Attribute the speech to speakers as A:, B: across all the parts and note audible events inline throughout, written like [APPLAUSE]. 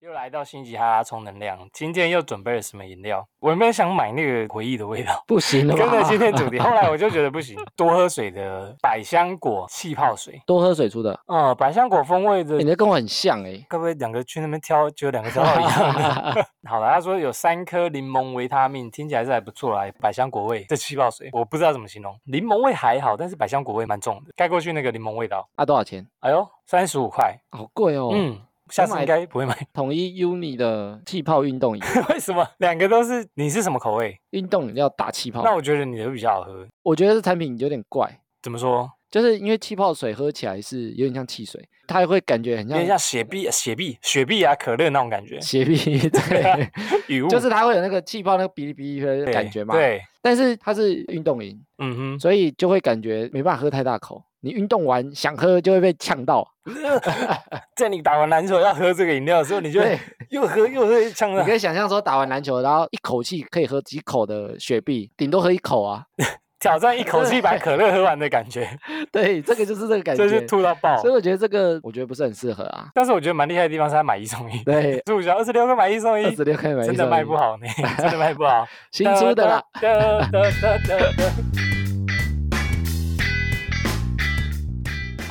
A: 又来到星级哈拉充能量，今天又准备了什么饮料？我原本想买那个回忆的味道，
B: 不行
A: [LAUGHS]
B: 了
A: 跟
B: 吧？
A: 着今天主题，后来我就觉得
B: [LAUGHS]
A: 不行，多喝水的百香果气泡水，
B: 多喝水出的，
A: 嗯，百香果风味的
B: 欸你，的 [LAUGHS] 跟我很
A: [LAUGHS]
B: 像哎、
A: 该不会两个去那边挑，只有两个挑到一样的？ [LAUGHS] 好了，他说有三颗柠檬维他命，听起来是还不错啦。百香果味这气泡水，我不知道怎么形容，柠檬味还好，但是百香果味蛮重的，盖过去那个柠檬味道，
B: 啊，多少钱？
A: 哎呦，三十五块，
B: 好贵哦。
A: 嗯，下次应该不会买。 [LAUGHS]
B: 统一 UNI 的气泡运动饮，
A: 为什么两个都是？你是什么口味？
B: 运动饮料打气泡
A: 那，我觉得你的比较好喝。
B: 我觉得这产品有点怪，
A: 怎么说？
B: 就是因为气泡水喝起来是有点像汽水，它会感觉很
A: 有点
B: 像
A: 像雪碧、雪碧、雪碧啊，可乐那种感觉，[LAUGHS]
B: 斜壁，
A: 啊
B: 对，
A: 雨雾
B: 就是它会有那个气泡那个哔哩哔哩的
A: 对
B: 感觉嘛。。
A: 哦对，
B: 但是它是运动饮，
A: 嗯哼，
B: 所以就会感觉没办法喝太大口。你运动完想喝就会被呛到，
A: 在你打完篮球要喝这个饮料的时候，你就
B: 对，
A: 又喝又喝又呛
B: 你
A: 到 [LAUGHS]
B: 可以想象说打完篮球，然后一口气可以喝几口的雪碧，顶多喝一口啊。 [LAUGHS]
A: 挑战一口气把可乐喝完的感觉，
B: 对，这个就是这个感觉。
A: 这是吐到爆
B: 所。以我觉得这个我觉得不是很适合
A: [LAUGHS]
B: 啊。
A: 但是我觉得蛮厉害的地方是它买一送一，
B: 对，
A: 促销二十六个买一送一
B: 二，十六块买一
A: 真的卖
B: 送
A: 不
B: 一，
A: 好呢，啊真的卖不好。
B: 新出的啦。
A: 哒。哒哒哒哒哒哦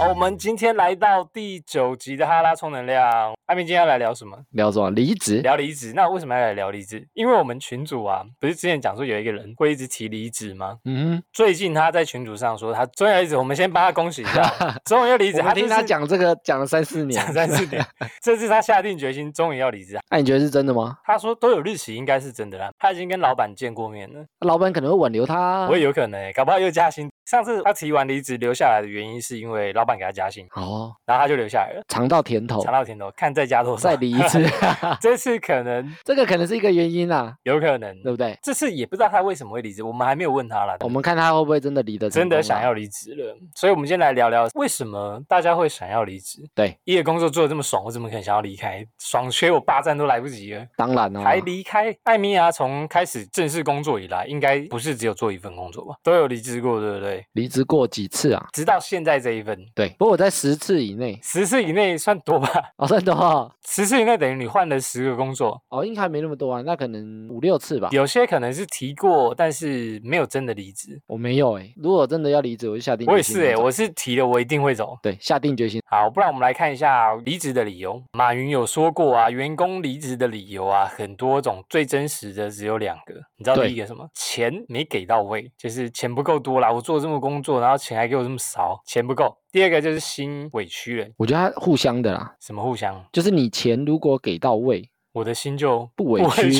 A: 好，我们今天来到第九集的哈拉充能量。阿明今天要来聊什么？
B: 聊什么？离职？
A: 聊离职。那为什么要来聊离职？因为我们群主啊，不是之前讲说有一个人会一直提离职吗？
B: 嗯
A: 最近他在群主上说他终于要离职，我们先帮他恭喜一
B: [LAUGHS]
A: 下，终于要离职。
B: 哼，我
A: 他
B: 们
A: 就
B: 听他
A: 是
B: 讲这个讲了三四年
A: 讲，三四
B: [LAUGHS]
A: 年，这次他下定决心，终于要离职。
B: 那你觉得是真的吗？
A: 他说都有日期，应该是真的啦。他已经跟老板见过面了。
B: 老板可能会挽留他啊。
A: 我也有可能、欸，搞不好又加薪。上次他提完离职留下来的原因，是因为老板给他加薪，
B: 哦，
A: 然后他就留下来了，
B: 尝到甜头
A: 尝，到甜头，看再加多少。，
B: 哦再离一次
A: [LAUGHS] 这次可能
B: 这个可能是一个原因啦，
A: 有可能，
B: 对不对？
A: 这次也不知道他为什么会离职，我们还没有问他啦。
B: 我们看他会不会真的离得
A: 真
B: 成
A: 的
B: 功啊
A: 想要离职了，所以我们先来聊聊为什么大家会想要离职。
B: 对，
A: 一个工作做的这么爽，我怎么可能想要离开？爽缺我霸占都来不及了。
B: 当然哦，
A: 还离开艾米亚，从开始正式工作以来，应该不是只有做一份工作吧？都有离职过，对不对？
B: 离职过几次啊？
A: 直到现在这一份，
B: 对，不过我在十次以内，
A: 十次以内算多吧？
B: [LAUGHS] 哦，真的哦，
A: 十次以内等于你换了十个工作，
B: 哦，应该还没那么多啊，那可能五六次吧。
A: 有些可能是提过，但是没有真的离职。
B: 我没有哎，如果真的要离职，我就下定
A: 我也
B: 决心
A: 是
B: 要
A: 诶、
B: 走
A: 我是提了，我一定会走。
B: 对下定决心。
A: 好，不然我们来看一下离职的理由。马云有说过啊，员工离职的理由啊，很多种，最真实的只有两个。你知道
B: 对
A: 第一个什么？钱没给到位，就是钱不够多啦。我做这么工作，然后钱还给我这么少，钱不够。第二个就是心委屈了，
B: 我觉得它互相的啦，
A: 什么互相，
B: 就是你钱如果给到位，
A: 我的心就
B: 不委屈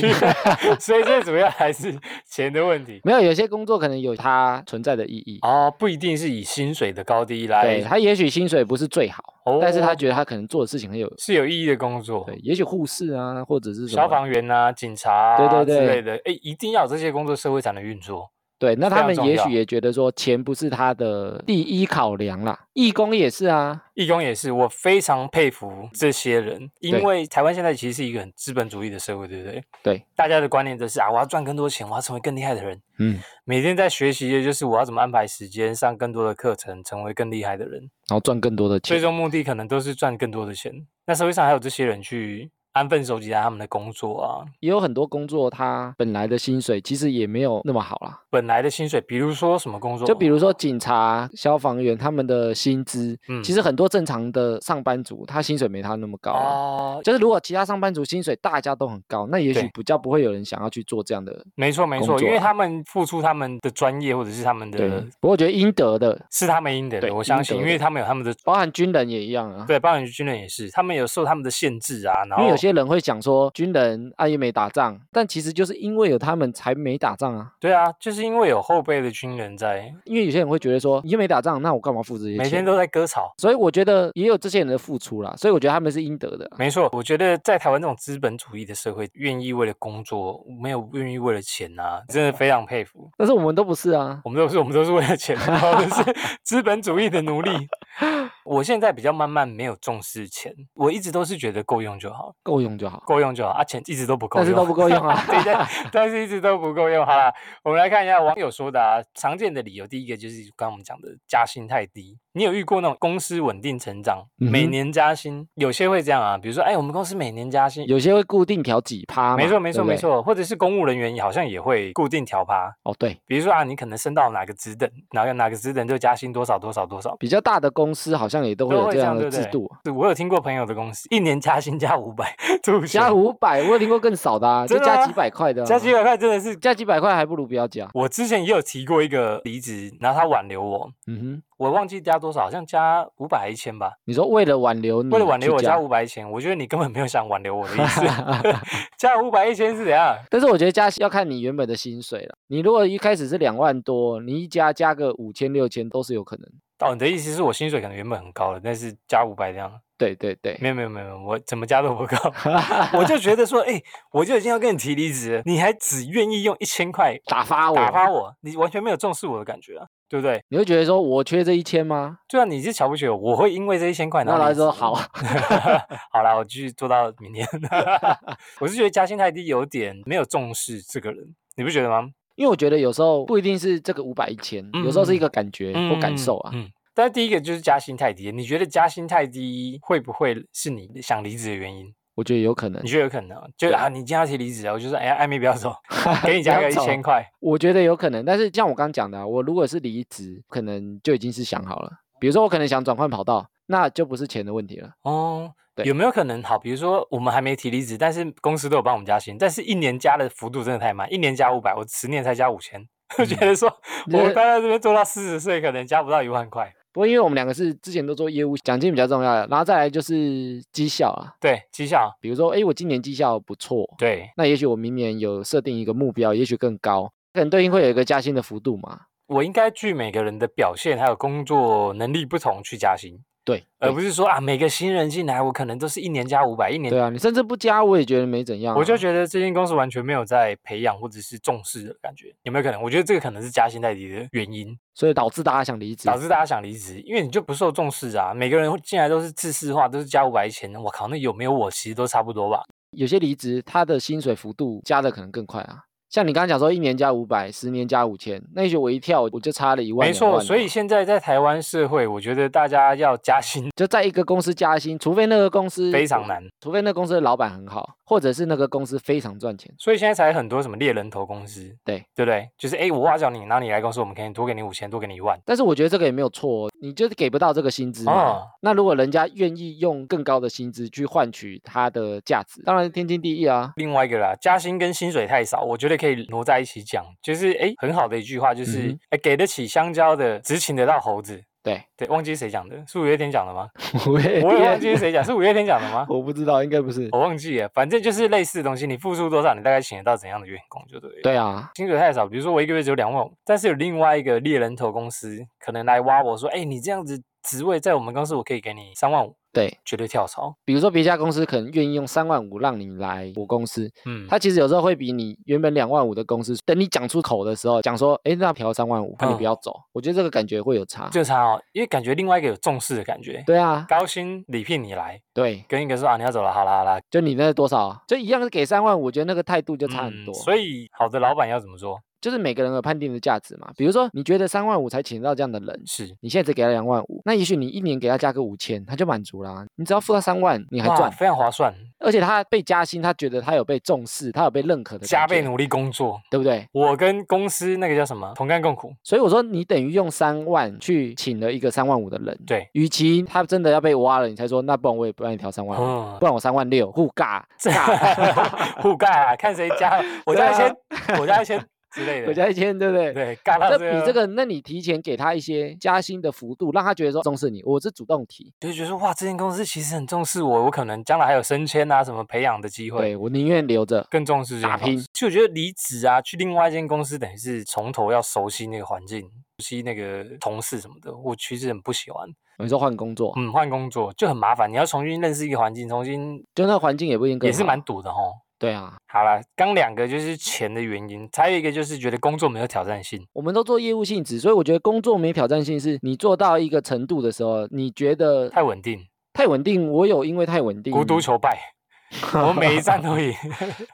A: 所以最主要还是钱的问题。
B: [LAUGHS] 没有有些工作可能有它存在的意义。
A: 哦，不一定是以薪水的高低来，
B: 对他也许薪水不是最好，
A: 哦
B: 但是他觉得他可能做的事情很有，
A: 是有意义的工作
B: 对，，也许护士啊，或者是什么
A: 消防员啊、警察啊
B: 对对
A: 之
B: 对
A: 类的，哎，一定要有这些工作，社会才能运作。
B: 对，
A: 非
B: 那他
A: 常
B: 们
A: 重
B: 也
A: 要
B: 许也觉得说钱不是他的第一考量啦，义工也是啊，
A: 义工也是，我非常佩服这些人，因
B: 对
A: 为台湾现在其实是一个很资本主义的社会，对不对？
B: 对，
A: 大家的观念都是啊，我要赚更多钱，我要成为更厉害的人。
B: 嗯，
A: 每天在学习的就是我要怎么安排时间，上更多的课程，成为更厉害的人。
B: 然后赚更多的
A: 最
B: 钱，
A: 终目的可能都是赚更多的钱。那社会上还有这些人去安分守己在他们的工作啊，
B: 也有很多工作他本来的薪水其实也没有那么好啦，
A: 本来的薪水，比如说什么工作，
B: 就比如说警察、消防员他们的薪资，
A: 嗯
B: 其实很多正常的上班族他薪水没他那么高啊。
A: 哦，
B: 就是如果其他上班族薪水大家都很高，那也许
A: 对
B: 比较不会有人想要去做这样的。
A: 没错没
B: 工
A: 错，因
B: 作
A: 为
B: 啊
A: 他们付出他们的专业或者是他们
B: 对
A: 的，
B: 不过我觉得应得的
A: 是他们应得的，
B: 对
A: 我
B: 应
A: 相信，
B: 得
A: 因为
B: 的啊
A: 他们有他们的
B: 包含军人也一样啊。
A: 对，包含军人也是，他们有受他们的限制啊，然
B: 因
A: 后
B: 为有些人会讲说军人啊又没打仗，但其实就是因为有他们才没打仗啊。
A: 对啊，就是因为有后备的军人在，
B: 因为有些人会觉得说，你又没打仗，那我干嘛付这些钱？
A: 每天，都在割草。
B: 所以我觉得也有这些人的付出啦，所以我觉得他们是应得的啊啦。
A: 没错，我觉得在台湾这种资本主义的社会，愿意为了工作，没有愿意为了钱啊，真的非常佩服。
B: 但是我们都不是啊，
A: 我们都是我们都是为了钱，我们
B: [LAUGHS]
A: 是资本主义的奴隶。我现在比较慢慢没有重视钱，我一直都是觉得够用就好，
B: 够用就好，
A: 够用就好啊，钱一直都不够用，
B: 但是都不够用啊
A: [LAUGHS] 。对但但是一直都不够用。好啦，我们来看一下网友说的啊，常见的理由，第一个就是刚刚我们讲的加薪太低，你有遇过那种公司稳定成长，
B: 嗯哼
A: 每年加薪，有些会这样啊，比如说，哎，我们公司每年加薪，
B: [LAUGHS] 有些会固定调几趴嘛，
A: 没错没
B: 对
A: 错
B: 不对
A: 没。错，或者是公务人员好像也会固定调趴，
B: 哦，对，
A: 比如说啊，你可能升到哪个职等，然后哪个职等就加薪多少多少多少，
B: 比较大的公司好像也都会
A: 都
B: 有
A: 会
B: 这
A: 这样
B: 样的
A: 对不
B: 制
A: 对
B: 度，？
A: 对我有听过朋友的公司，一年加薪加五百，吐血
B: 加五百，我有听过更少的啊，就
A: 真的
B: 加几
A: 吗
B: 百块的啊，
A: 加几百块真的是。
B: 加几百块还不如不要加。
A: 我之前也有提过一个离职，然后他挽留我，
B: 嗯哼，
A: 我忘记加多少，好像加五百一千吧。
B: 你说为了挽留你，
A: 为了挽留我加
B: 嗯 [LAUGHS] 加
A: 五百一千，我觉得你根本没有想挽留我的
B: [LAUGHS]
A: 意思。加五百一千是怎样？
B: 但是我觉得加要看你原本的薪水了。你如果一开始是两万多，你一加加个五千六千都是有可能。
A: 哦，你的意思是我薪水可能原本很高了，但是加五百这样？
B: 对对对，
A: 没有没有没有没有，我怎么加都不
B: [LAUGHS]
A: 高。我就觉得说，哎、我就已经要跟你提离职了，你还只愿意用一千块
B: 打发我，
A: 打发我，你完全没有重视我的感觉啊，对不对？
B: 你会觉得说我缺这一千吗？
A: 就算你是瞧不起我，我会因为这一千块
B: 然后
A: 拿
B: 他
A: 离
B: 说
A: 职
B: 好，
A: [LAUGHS] 好啦，我继续做到明
B: [LAUGHS]
A: 年。我是觉得加薪太低，有点没有重视这个人，你不觉得吗？
B: 因为我觉得有时候不一定是这个五百一千，有时候是一
A: 嗯
B: 个感觉或感受啊。
A: 嗯。嗯但是第一个就是加薪太低，你觉得加薪太低会不会是你想离职的原因？
B: 我觉得有可能
A: 你，觉得有可能啊？就啊，你今天要提离职啊，我就说，哎呀，艾米不要
B: [LAUGHS]
A: 走，给你加
B: 不要
A: 个一
B: 走
A: 千块。
B: 我觉得有可能。但是像我刚讲的啊、我如果是离职，可能就已经是想好了。比如说我可能想转换跑道，那就不是钱的问题了。
A: 哦，
B: 对
A: 有没有可能好？比如说我们还没提离职，但是公司都有帮我们加薪，但是一年加的幅度真的太慢，一年加五百，我十年才加五千， [LAUGHS]
B: 嗯
A: 我觉得说我
B: 就是
A: 待在这边做到四十岁，可能加不到一万块。
B: 不过因为我们两个是之前都做业务，奖金比较重要的，然后再来就是绩效啊。
A: 对，绩效，
B: 比如说，哎，我今年绩效不错，
A: 对
B: 那也许我明年有设定一个目标，也许更高，可能对应会有一个加薪的幅度嘛。
A: 我应该据每个人的表现还有工作能力不同去加薪，
B: 对，
A: 而
B: 对
A: 不是说啊每个新人进来，我可能都是一年加五百，一年
B: 对啊，你甚至不加我也觉得没怎样啊、
A: 我就觉得这间公司完全没有在培养或者是重视的感觉，有没有可能？我觉得这个可能是加薪太低的原因，
B: 所以导致大家想离职
A: 导。致大家想离职，因为你就不受重视啊。每个人进来都是自私化，都是加五百钱，我靠，那有没有我其实都差不多吧。
B: 有些离职，他的薪水幅度加的可能更快啊。像你刚刚讲说，一年加五百，十年加五千，那也许我一跳我就差了一万。
A: 没
B: 两
A: 错，
B: 万
A: 所以
B: 了
A: 现在在台湾社会，我觉得大家要加薪
B: 就在一个公司加薪，除非那个公司
A: 非常，难，
B: 除非那公司的老板很好，或者是那个公司非常赚钱。
A: 所以现在才很多什么猎人头公司，
B: 对
A: 对不对？就是哎，诶我挖角你，然后你来公司，我们可以多给你五千，多给你一万。
B: 但是我觉得这个也没有错、哦，你就是啊给不到这个薪资嘛。
A: 哦
B: 那如果人家愿意用更高的薪资去换取他的价值，当然是天经地义啊。
A: 另外一个啦，加薪跟薪水太少，我觉得可以挪在一起讲。就是哎，诶很好的一句话就是
B: 嗯哼
A: 哎、诶给得起香蕉的，只请得到猴子。
B: 对，
A: 对，忘记是谁讲的，是五月天讲的
B: [LAUGHS]
A: 吗？
B: 我也？
A: 我也忘记是谁讲，是五月天讲的吗
B: 我不知道，应该不是。
A: 我忘记了，反正就是类似的东西，你付出多少，你大概请得到怎样的员工就对了。
B: 对啊，
A: 薪水太少，比如说我一个月只有两万五，但是有另外一个猎人头公司可能来挖我说，哎、你这样子职位在我们公司我可以给你三万五，
B: 对，
A: 绝对跳槽。
B: 比如说别家公司可能愿意用三万五让你来我公司，
A: 嗯，
B: 他其实有时候会比你原本两万五的公司，等你讲出口的时候，讲说，哎，那调三万五，那你
A: 嗯
B: 不要走。我觉得这个感觉会有差。
A: 就差哦，因为感觉另外一个有重视的感觉，
B: 对啊，
A: 高薪礼聘你来，
B: 对，
A: 跟一个说啊你要走了，好啦好啦，
B: 就你那多少啊，就一样是给三万，我觉得那个态度就
A: 就
B: 差很多。
A: 嗯所以好的老板要怎么做？
B: 就是每个人有判定的价值嘛。比如说，你觉得三万五才请得到这样的人，
A: 是
B: 你现在只给他两万五，那也许你一年给他加个五千，他就满足啦、你只要付他三万，你还
A: 哇
B: 赚，
A: 非常划算，
B: 而且他被加薪，他觉得他有被重视，他有被认可的感
A: 加倍
B: 觉，
A: 努力工作。
B: 对不对？
A: 我跟公司那个叫什么同甘共苦，
B: 所以我说，你等于用三万去请了一个三万五的人，
A: 对，
B: 与其他真的要被挖了，你才说那不然我也不让你调三万五。
A: 嗯
B: 不，然我三万六互尬，
A: [LAUGHS]
B: 尬
A: 互盖啊，
B: [LAUGHS]
A: 看谁加，我
B: 对
A: 加
B: 啊
A: 一千，我加一
B: [LAUGHS]
A: 千之类的，
B: 我加一千，对不对？
A: 对，尬到
B: 那你这
A: 个
B: 个，那你提前给他一些加薪的幅度，让他觉得说重视你，我是主动提，
A: 就觉得说哇，这间公司其实很重视我，我可能将来还有升迁啊，什么培养的机会。
B: 对我宁愿留着。
A: 更重视这间
B: 打
A: 公司
B: 拼
A: 其实我觉得离职啊，去另外一间公司，等于是从头要熟悉那个环境，熟悉那个同事什么的，我其实很不喜欢。
B: 你说换工作，
A: 嗯，换工作就很麻烦，你要重新认识一个环境，重新
B: 就那环境也不一定更
A: 也是
B: 好
A: 蛮堵的哦。
B: 对啊。
A: 好啦，刚两个就是钱的原因，还有一个就是觉得工作没有挑战性。
B: 我们都做业务性质，所以我觉得工作没挑战性，是你做到一个程度的时候，你觉得
A: 太稳定，
B: 太稳定。我有因为太稳定，
A: 孤独求败，我每一站
B: [LAUGHS]
A: 都赢，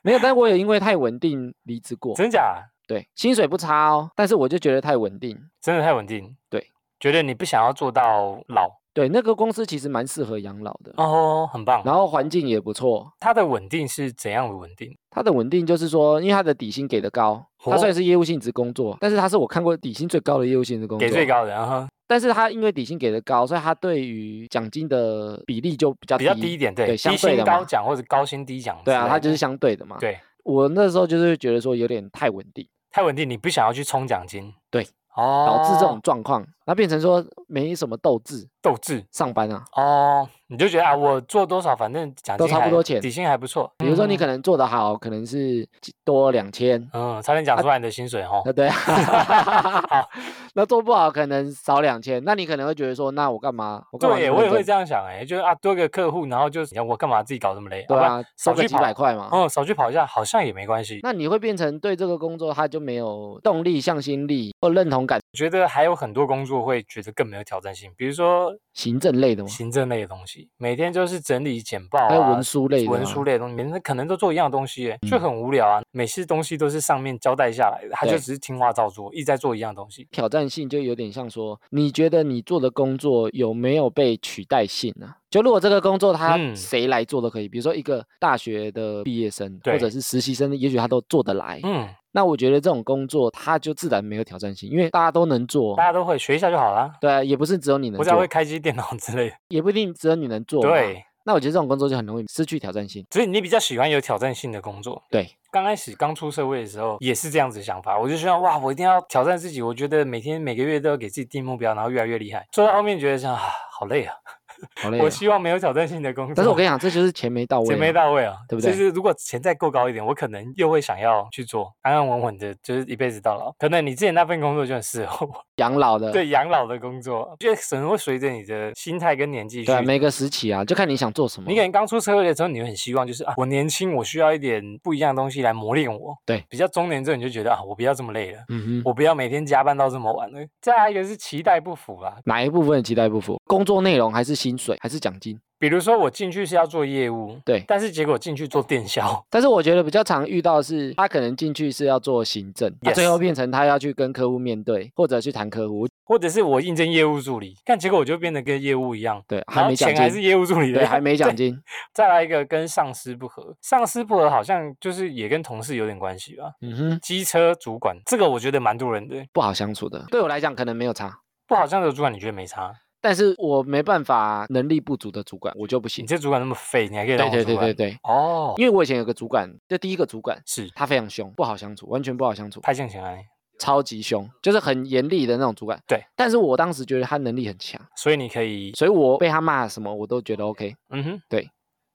B: 没有，但我有因为太稳定离职过。
A: 真假？
B: 对，薪水不差哦，但是我就觉得太稳定。
A: 真的太稳定。
B: 对，
A: 觉得你不想要做到老
B: 对，那个公司其实蛮适合养老的，
A: 哦，很棒。
B: 然后环境也不错。
A: 它的稳定是怎样的稳定？
B: 它的稳定就是说，因为它的底薪给的高，它
A: 哦
B: 虽然是业务性质工作，但是它是我看过底薪最高的业务性质工作，
A: 给最。高的，然后
B: 但是它因为底薪给的高，所以它对于奖金的比例就比较
A: 比较低一点，对，
B: 对相
A: 低
B: 对
A: 薪
B: 的
A: 高
B: 嘛。
A: 奖或者高薪低奖之类的。
B: 对啊，它就是相对的嘛。
A: 对，
B: 我那时候就是觉得说有点太稳定，
A: 太稳定，你不想要去冲奖金，
B: 对，
A: 哦，
B: 导致这种状况，然后变成说没什么斗志
A: 斗志。
B: 上班啊。
A: 哦，你就觉得啊，我做多少，反正奖
B: 都
A: 金
B: 差不
A: 还
B: 多钱
A: 底薪还不错。
B: 比如说你
A: 嗯
B: 可能做得好，可能是几多两千，
A: 嗯，差点讲出来你的薪水哦。
B: 啊那对 [LAUGHS] 啊，那做不好可能少两千，那你可能会觉得说，那我干嘛？我干嘛
A: 对，
B: 那么
A: 我也
B: 认
A: 会
B: 真
A: 这样想哎，就是啊，多一个客户，然后就是我干嘛自己搞这么累？
B: 对
A: 好吧，
B: 啊，
A: 少
B: 收个
A: 去
B: 几百
A: 跑，
B: 块嘛。
A: 嗯，少去跑一下好像也没关系。
B: 那你会变成对这个工作他就没有动力、向心力或认同感，
A: 我觉得还有很多工作会觉得更没有挑战性，比如说
B: 行政类的吗？
A: 行政类的东西，每天就是整理简报
B: 还有
A: 啊
B: 文。书类的吗，
A: 文书类的东西，每天可能都做一样的东西耶，就很无聊啊。每次东西都是上面交代下来的，他就
B: 对
A: 只是听话照做，一直在做一样的东西。
B: 挑战性就有点像说，你觉得你做的工作有没有被取代性啊？就如果这个工作他
A: 嗯
B: 谁来做都可以，比如说一个大学的毕业生或
A: 对
B: 者是实习生，也许他都做得来。
A: 嗯，
B: 那我觉得这种工作他就自然没有挑战性，因为大家都能做
A: 大。家都会学一下就好啦，
B: 对啊，也不是只有哦你能
A: 不太会
B: 做，
A: 开机电脑之类的。
B: 也不一定只有你能做。
A: 对，，
B: 那我觉得这种工作就很容易失去挑战性。
A: 所以你比较喜欢有挑战性的工作。
B: 对，
A: 刚开始刚出社会的时候也是这样子的想法，我就希望哇，我一定要挑战自己。我觉得每天每个月都要给自己定目标，然后越来越厉害。做到后面觉得想啊，好累啊，
B: 好累、
A: 我
B: 哦。
A: 希望没有挑战性的工作。
B: 但是我跟你讲，这就是钱没到位、啊。
A: 钱没到位啊，
B: 对不对
A: 就是如果钱再够高一点，我可能又会想要去做安安稳稳的，就是一辈子到老。可能你之前那份工作就很适合我，
B: 养老的。
A: 对养老的工作，觉得可能会随着你的心态跟年纪去
B: 对啊，每个时期啊，就看你想做什么。
A: 你可能刚出社会的时候，你会很希望就是啊，我年轻，我需要一点不一样的东西来磨练我。
B: 对，
A: 比较中年之后，你就觉得啊，我不要这么累了，
B: 嗯哼，
A: 我不要每天加班到这么晚了。再来一个是期待不符啦，
B: 哪一部分的期待不符？工作内容还是薪水还是奖金？
A: 比如说我进去是要做业务，
B: 对
A: 但是结果进去做电销，
B: 但是我觉得比较常遇到的是，他可能进去是要做行政，那最
A: Yes
B: 后变成他要去跟客户面对，或者去谈客户，
A: 或者是我应征业务助理，但结果我就变得跟业务一样。
B: 对，
A: 然
B: 还
A: 后
B: 没奖
A: 钱还是
B: 金，
A: 业务助理的，
B: 对，还没奖
A: 对。
B: 金，
A: 再来一个跟上司不合，上司不合好像就是也跟同事有点关系吧。
B: 嗯哼，
A: 机车主管这个我觉得蛮多人的，
B: 不好相处的。对我来讲可能没有差，
A: 不好相处的主管你觉得没差？
B: 但是我没办法，能力不足的主管我就不
A: 你
B: 行。
A: 这主管那么废，你还可以
B: 对
A: 当我
B: 对
A: 主
B: 对
A: 管？
B: 对对，
A: 哦，
B: 因为我以前有个主管，就第一个主管，
A: 是
B: 他非常凶，不好相处，完全不好相处，
A: 派向前来，
B: 超级凶，就是很严厉的那种主管。
A: 对，
B: 但是我当时觉得他能力很强，
A: 所以你可以，
B: 所以我被他骂什么我都觉得 OK。 [LAUGHS]
A: 嗯哼，
B: 对，
A: [LAUGHS]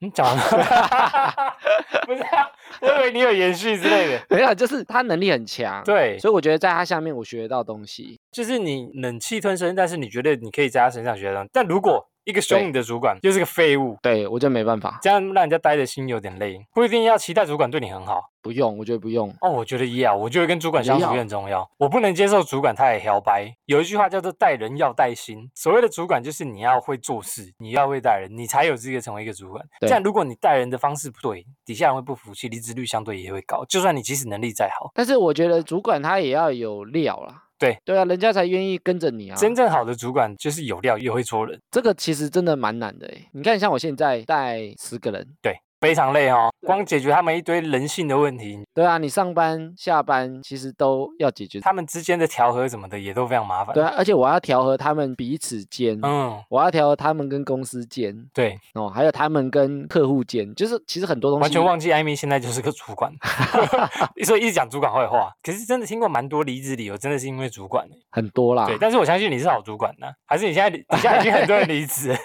A: 你讲完了， [LAUGHS] 不是、啊，我以为你有延续之类的。
B: 没有，就是他能力很强。。
A: 对，
B: 所以我觉得在他下面我学到东西，
A: 就是你忍气吞声，但是你觉得你可以在他身上学到。但如果一个凶
B: 对
A: 你的主管又是个废物，
B: 对我就没办法，
A: 这样让人家待的心有点累，不一定要期待主管对你很好。
B: 不用，我觉得不用。
A: 哦，我觉得要，我觉得跟主管
B: 觉得
A: 相处
B: 要
A: 也很重要。我不能接受主管太摇摆。有一句话叫做“待人要带心”，所谓的主管就是你要会做事，你要会带人，你才有资格成为一个主管。
B: 对
A: 但如果你带人的方式不对，底下人会不服气，离职率相对也会高。就算你即使能力再好，
B: 但是我觉得主管他也要有料啦。
A: 对
B: 对啊，人家才愿意跟着你啊。
A: 真正好的主管就是有料又会做人。
B: 这个其实真的蛮难的诶。你看，像我现在带十个人，
A: 对，非常累哦，光解决他们一堆人性的问题，
B: 对啊，你上班下班其实都要解决。
A: 他们之间的调和什么的也都非常麻烦。
B: 对啊，而且我要调和他们彼此间，
A: 嗯，
B: 我要调和他们跟公司间，
A: 对，
B: 哦，还有他们跟客户间，就是其实很多东西
A: 完全忘记艾米现在就是个主
B: [LAUGHS]
A: 管，所以一直讲主管坏话。可是真的听过蛮多离职理由，真的是因为主管、欸。
B: 很多啦。
A: 对，但是我相信你是好主管呢、还是你现在底下已经很多人离
B: [LAUGHS]
A: 职了，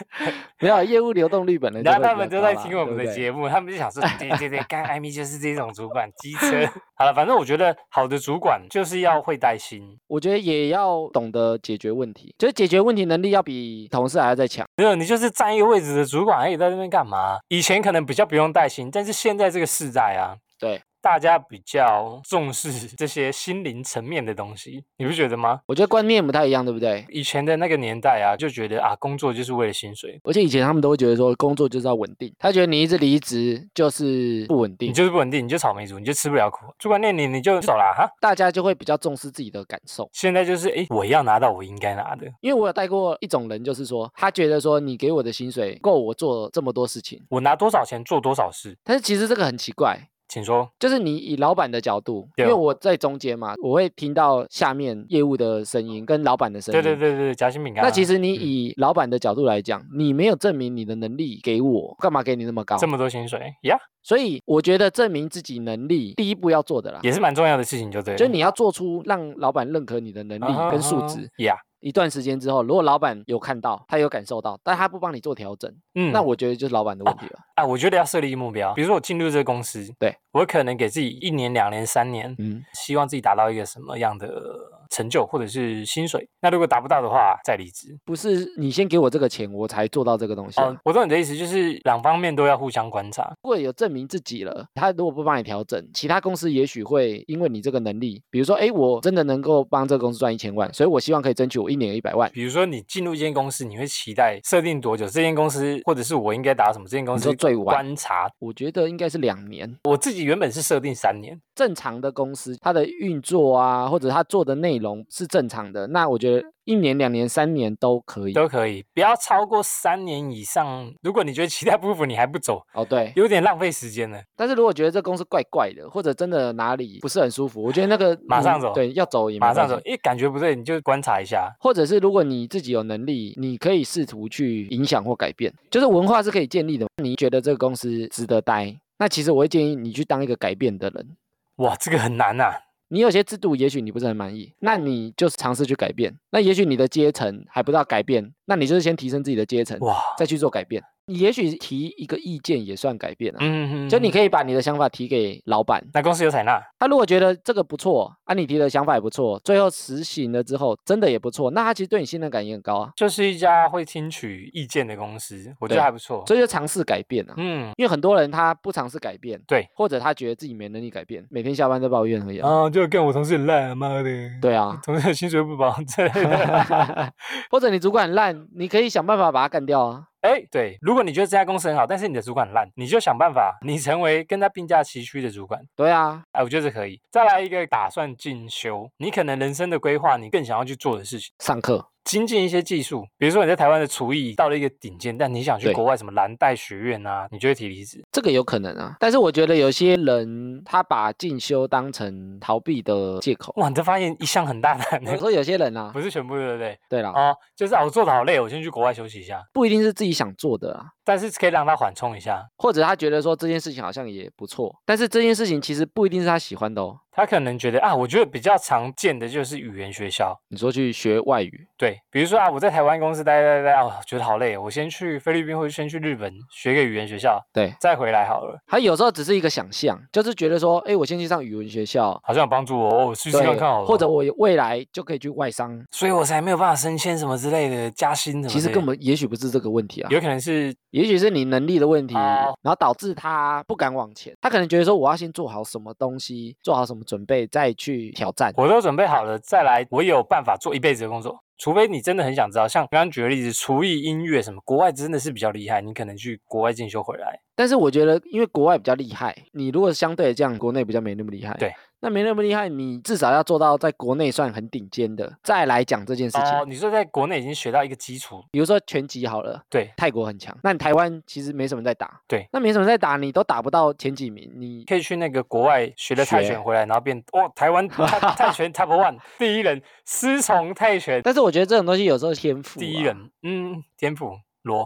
B: 没有啊业务流动率本来就
A: 然
B: 会
A: 后
B: 比较
A: 他
B: 高啦，
A: 们都在听我们
B: 对不
A: 的
B: 对
A: 节目，他们就想说，对对对，干艾米就是这种主管，机车。好了，反正我觉得好的主管就是要会带薪。
B: 我觉得也要懂得解决问题，就是解决问题能力要比同事还要再强。
A: 没有，你就是站一个位置的主管，而已，在那边干嘛？以前可能比较不用带薪，但是现在这个世代啊，
B: 对，
A: 大家比较重视这些心灵层面的东西，你不觉得吗？
B: 我觉得观念不太一样，对不对？
A: 以前的那个年代啊，就觉得啊，工作就是为了薪水，
B: 而且以前他们都会觉得说工作就是要稳定，他觉得你一直离职就是不稳
A: 你
B: 定，
A: 就是不稳定，你就草莓族，你就吃不了苦，主管念你，你就走啦哈。
B: 大家就会比较重视自己的感受。
A: 现在就是诶，我要拿到我应该拿的，
B: 因为我有带过一种人，就是说他觉得说你给我的薪水够我做这么多事情，
A: 我拿多少钱做多少事，
B: 但是其实这个很奇怪，
A: 请说。
B: 就是你以老板的角度，
A: 对
B: 因
A: 哦
B: 为我在中间嘛，我会听到下面业务的声音跟老板的声音。
A: 对对对对，夹心饼干啊。
B: 那其实你
A: 嗯
B: 以老板的角度来讲，你没有证明你的能力给我，干嘛给你那么高？
A: 这么多薪水呀
B: 所以我觉得证明自己能力第一步要做的啦，
A: 也是蛮重要的事情，就对了。
B: 就你要做出让老板认可你的能
A: 啊哈
B: 力跟数
A: 啊哈
B: 值。
A: 呀，
B: 一段时间之后，如果老板有看到，他有感受到，但他不帮你做调整，
A: 嗯，
B: 那我觉得就是老板的问题了。
A: 啊，我觉得要设立目标，比如说我进入这个公司，
B: 对
A: 我可能给自己一年、两年、三年，
B: 嗯，
A: 希望自己达到一个什么样的成就或者是薪水。那如果达不到的话，再离职。
B: 不是你先给我这个钱，我才做到这个东西啊、
A: 哦，我懂你的意思，就是两方面都要互相观察。
B: 如果有证明自己了，他如果不帮你调整，其他公司也许会因为你这个能力，比如说，哎，我真的能够帮这个公司赚一千万，所以我希望可以争取我一年一百万。
A: 比如说你进入一间公司，你会期待设定多久？这间公司或者是我应该达到什么？这间公
B: 你
A: 司
B: 说最晚
A: 观察，
B: 我觉得应该是两年。
A: 我自己原本是设定三年，
B: 正常的公司，它的运作啊，或者它做的内容是正常的，那我觉得一年、两年、三年都可以。
A: 都可以，不要超过三年以上。如果你觉得期待不符，你还不走，
B: 哦，对。
A: 有点浪费时间了。
B: 但是如果觉得这公司怪怪的，或者真的哪里不是很舒服，我觉得那个
A: 马
B: 你
A: 上走
B: 对，要走也
A: 马
B: 没
A: 上
B: 关
A: 走
B: 系，
A: 因为感觉不对，你就观察一下。
B: 或者是如果你自己有能力，你可以试图去影响或改变，就是文化是可以建立的。你觉得这个公司值得待，那其实我会建议你去当一个改变的人。
A: 哇，这个很难啊呐、
B: 你有些制度也许你不是很满意，那你就是尝试去改变。那也许你的阶层还不到改变，那你就是先提升自己的阶层，
A: 哇，
B: 再去做改变。你也许提一个意见也算改变啊。
A: 嗯，
B: 就你
A: 以，
B: 可以把你的想法提给老板，
A: 那公司有采纳，
B: 他如果觉得这个不错，啊，你提的想法也不错，最后实行了之后真的也不错，那他其实对你信任感也很高啊，
A: 就是一家会听取意见的公司，我觉得
B: 对
A: 还不错。
B: 所以就尝试改变啊。
A: 嗯
B: 因为很多人他不尝试改变，
A: 对，
B: 或者他觉得自己没能力改变，每天下班在抱怨而已、啊。
A: 啊，就跟我同事很烂、啊，妈的，，
B: 对啊
A: [LAUGHS] 同事薪水不保之类的。 [LAUGHS]
B: 或者你主管很烂，你可以想办法把他干掉啊。
A: 哎，对，如果你觉得这家公司很好，但是你的主管很烂，你就想办法，你成为跟他并驾齐驱的主管。
B: 对啊，
A: 哎，我觉得这可以。再来一个打算进修，你可能人生的规划，你更想要去做的事情。
B: 上课
A: 精进一些技术，比如说你在台湾的厨艺到了一个顶尖，但你想去
B: 对
A: 国外什么蓝带学院啊，你就会提离职。
B: 这个有可能啊，但是我觉得有些人他把进修当成逃避的借口。
A: 哇，你这发现一项很大胆
B: 我 [LAUGHS]
A: 的，
B: 说有些人啊
A: 嗯不，是全部对不对？
B: 对啦，
A: 哦，就是啊，我做的好累，我先去国外休息一下，
B: 不一定是自己想做的啊，
A: 但是可以让他缓冲一下。
B: 或者他觉得说这件事情好像也不错，但是这件事情其实不一定是他喜欢的哦。
A: 他可能觉得啊，我觉得比较常见的就是语言学校，
B: 你说去学外语，
A: 对，比如说啊，我在台湾公司待待待，哦，觉得好累，我先去菲律宾或者先去日本学个语言学校，
B: 对
A: 再回来好了，
B: 他有时候只是一个想象，就是觉得说，哎，我先去上语文学校，
A: 好像有帮助我，哦我试试
B: 对
A: 看看好了，哦
B: 或者，我未来就可以去外商。
A: 所以我才没有办法升迁什么之类的，加薪什么之类的，
B: 其实根本也许不是这个问题啊，
A: 有可能是
B: 也许是你能力的问题，
A: 哦
B: 然后导致他不敢往前。他可能觉得说，我要先做好什么东西，做好什么准备，再去挑战。
A: 我都准备好了，再来，我有办法做一辈子的工作。除非你真的很想知道，像刚刚举的例子，厨艺、音乐什么，国外真的是比较厉害，你可能去国外进修回来。
B: 但是我觉得，因为国外比较厉害，你如果相对这样，国内比较没那么厉害。
A: 对，
B: 那没那么厉害，你至少要做到在国内算很顶尖的，再来讲这件事情。
A: 哦，你说在国内已经学到一个基础，
B: 比如说拳击好了，
A: 对，
B: 泰国很强，那你台湾其实没什么在打。
A: 对，
B: 那没什么在打，你都打不到前几名，你
A: 可以去那个国外学了泰
B: 学
A: 拳回来，然后变哦，台
B: [LAUGHS]
A: 湾泰泰拳 Top One 第一人，师从泰拳
B: 但是我觉得啊这种东西有时候天赋、啊。
A: 第一，
B: [LAUGHS]
A: 人，嗯，天赋罗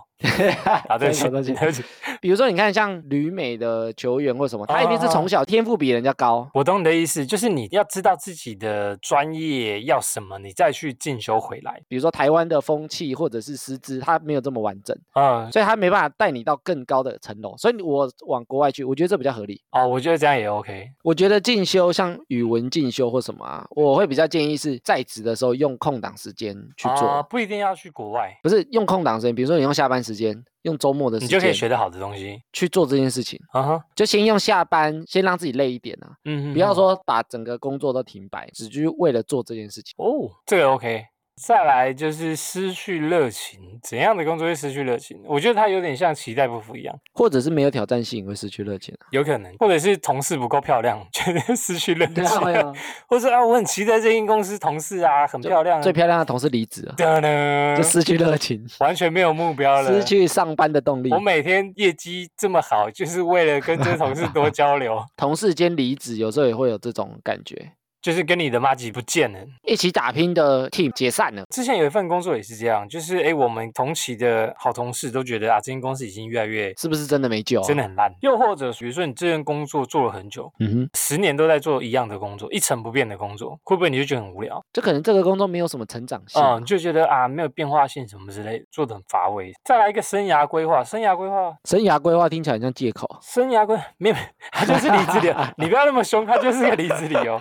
A: 啊，
B: 打
A: 对不起，
B: 球
A: 对
B: 东西。
A: 不起，
B: 比如说，你看像旅美的球员或什么，他一定是
A: 哦
B: 从小天赋比人家高。
A: 我懂你的意思，就是你要知道自己的专业要什么，你再去进修回来。
B: 比如说台湾的风气或者是师资，他没有这么完整，
A: 嗯，
B: 所以他没办法带你到更高的层楼。所以我往国外去，我觉得这比较合理。
A: 哦，我觉得这样也 OK。
B: 我觉得进修像语文进修或什么啊，我会比较建议是在职的时候用空档时间去做，
A: 啊不一定要去国外。
B: 不是用空档时间，比如说你你用下班时间，用周末的时
A: 你
B: 间
A: 就可以学得好的东西。
B: 去做这件事情，
A: 啊哈，
B: 就先用下班，先让自己累一点啊，
A: 嗯，
B: 不要
A: 嗯
B: 说把整个工作都停摆，只去为了做这件事情。
A: 哦，这个 OK。再来就是失去热情，怎样的工作会失去热情？我觉得它有点像期待不符一样，
B: 或者是没有挑战性会失去热情啊。
A: 有可能，或者是同事不够漂亮， [LAUGHS] 觉得失去热情，
B: 会啊，
A: 或者啊，我很期待这间公司同事啊，很漂亮啊，
B: [LAUGHS] 最漂亮的同事离职了，
A: 的呢，
B: 就失去热情，
A: 完全没有目标了，
B: 失去上班的动力
A: 我。每天业绩这么好，就是为了跟这些同事多交流， [LAUGHS]
B: 同事间离职有时候也会有这种感觉，
A: 就是跟你的妈吉不见了。
B: 一起打拼的 team 解散了，
A: 之前有一份工作也是这样，就是诶，我们同期的好同事都觉得啊，这间公司已经越来越
B: 是不是真的没救、啊？
A: 真的，很烂。又或者比如说你这份工作做了很久，
B: 嗯哼，
A: 十年都在做一样的工作，一成不变的工作，会不会你就觉得很无聊？
B: 就可能这个工作没有什么成长性啊、
A: 嗯，就觉得啊没有变化性什么之类的，做的很乏味。再来一个生涯规划，生涯规划，
B: 生涯规划听起来很像借口，啊
A: 生涯规没有， [LAUGHS] 它就是离职理由。你不要那么凶，它就是个离职理由，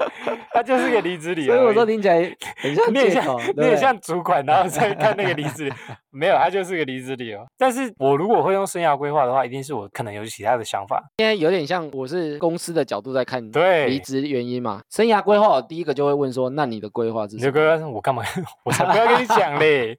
A: 它就是个离职理由
B: 所
A: 而已。
B: 以我说听起来很像
A: 你也
B: 借
A: 像
B: 口，对不
A: 你也
B: 对
A: 像主管，然后再看那个离职理由，没有，它就是个离职理由。但是我如果会用生涯规划的话，一定是我可能有其他的想法。
B: 现在有点像我是公司的角度在看
A: 对
B: 离职原因嘛。生涯规划，我第一个就会问说，那你的规划是
A: 你
B: 什
A: 就
B: 么？
A: 跟他说我干嘛？我才不要跟你讲
B: [LAUGHS]
A: 嘞！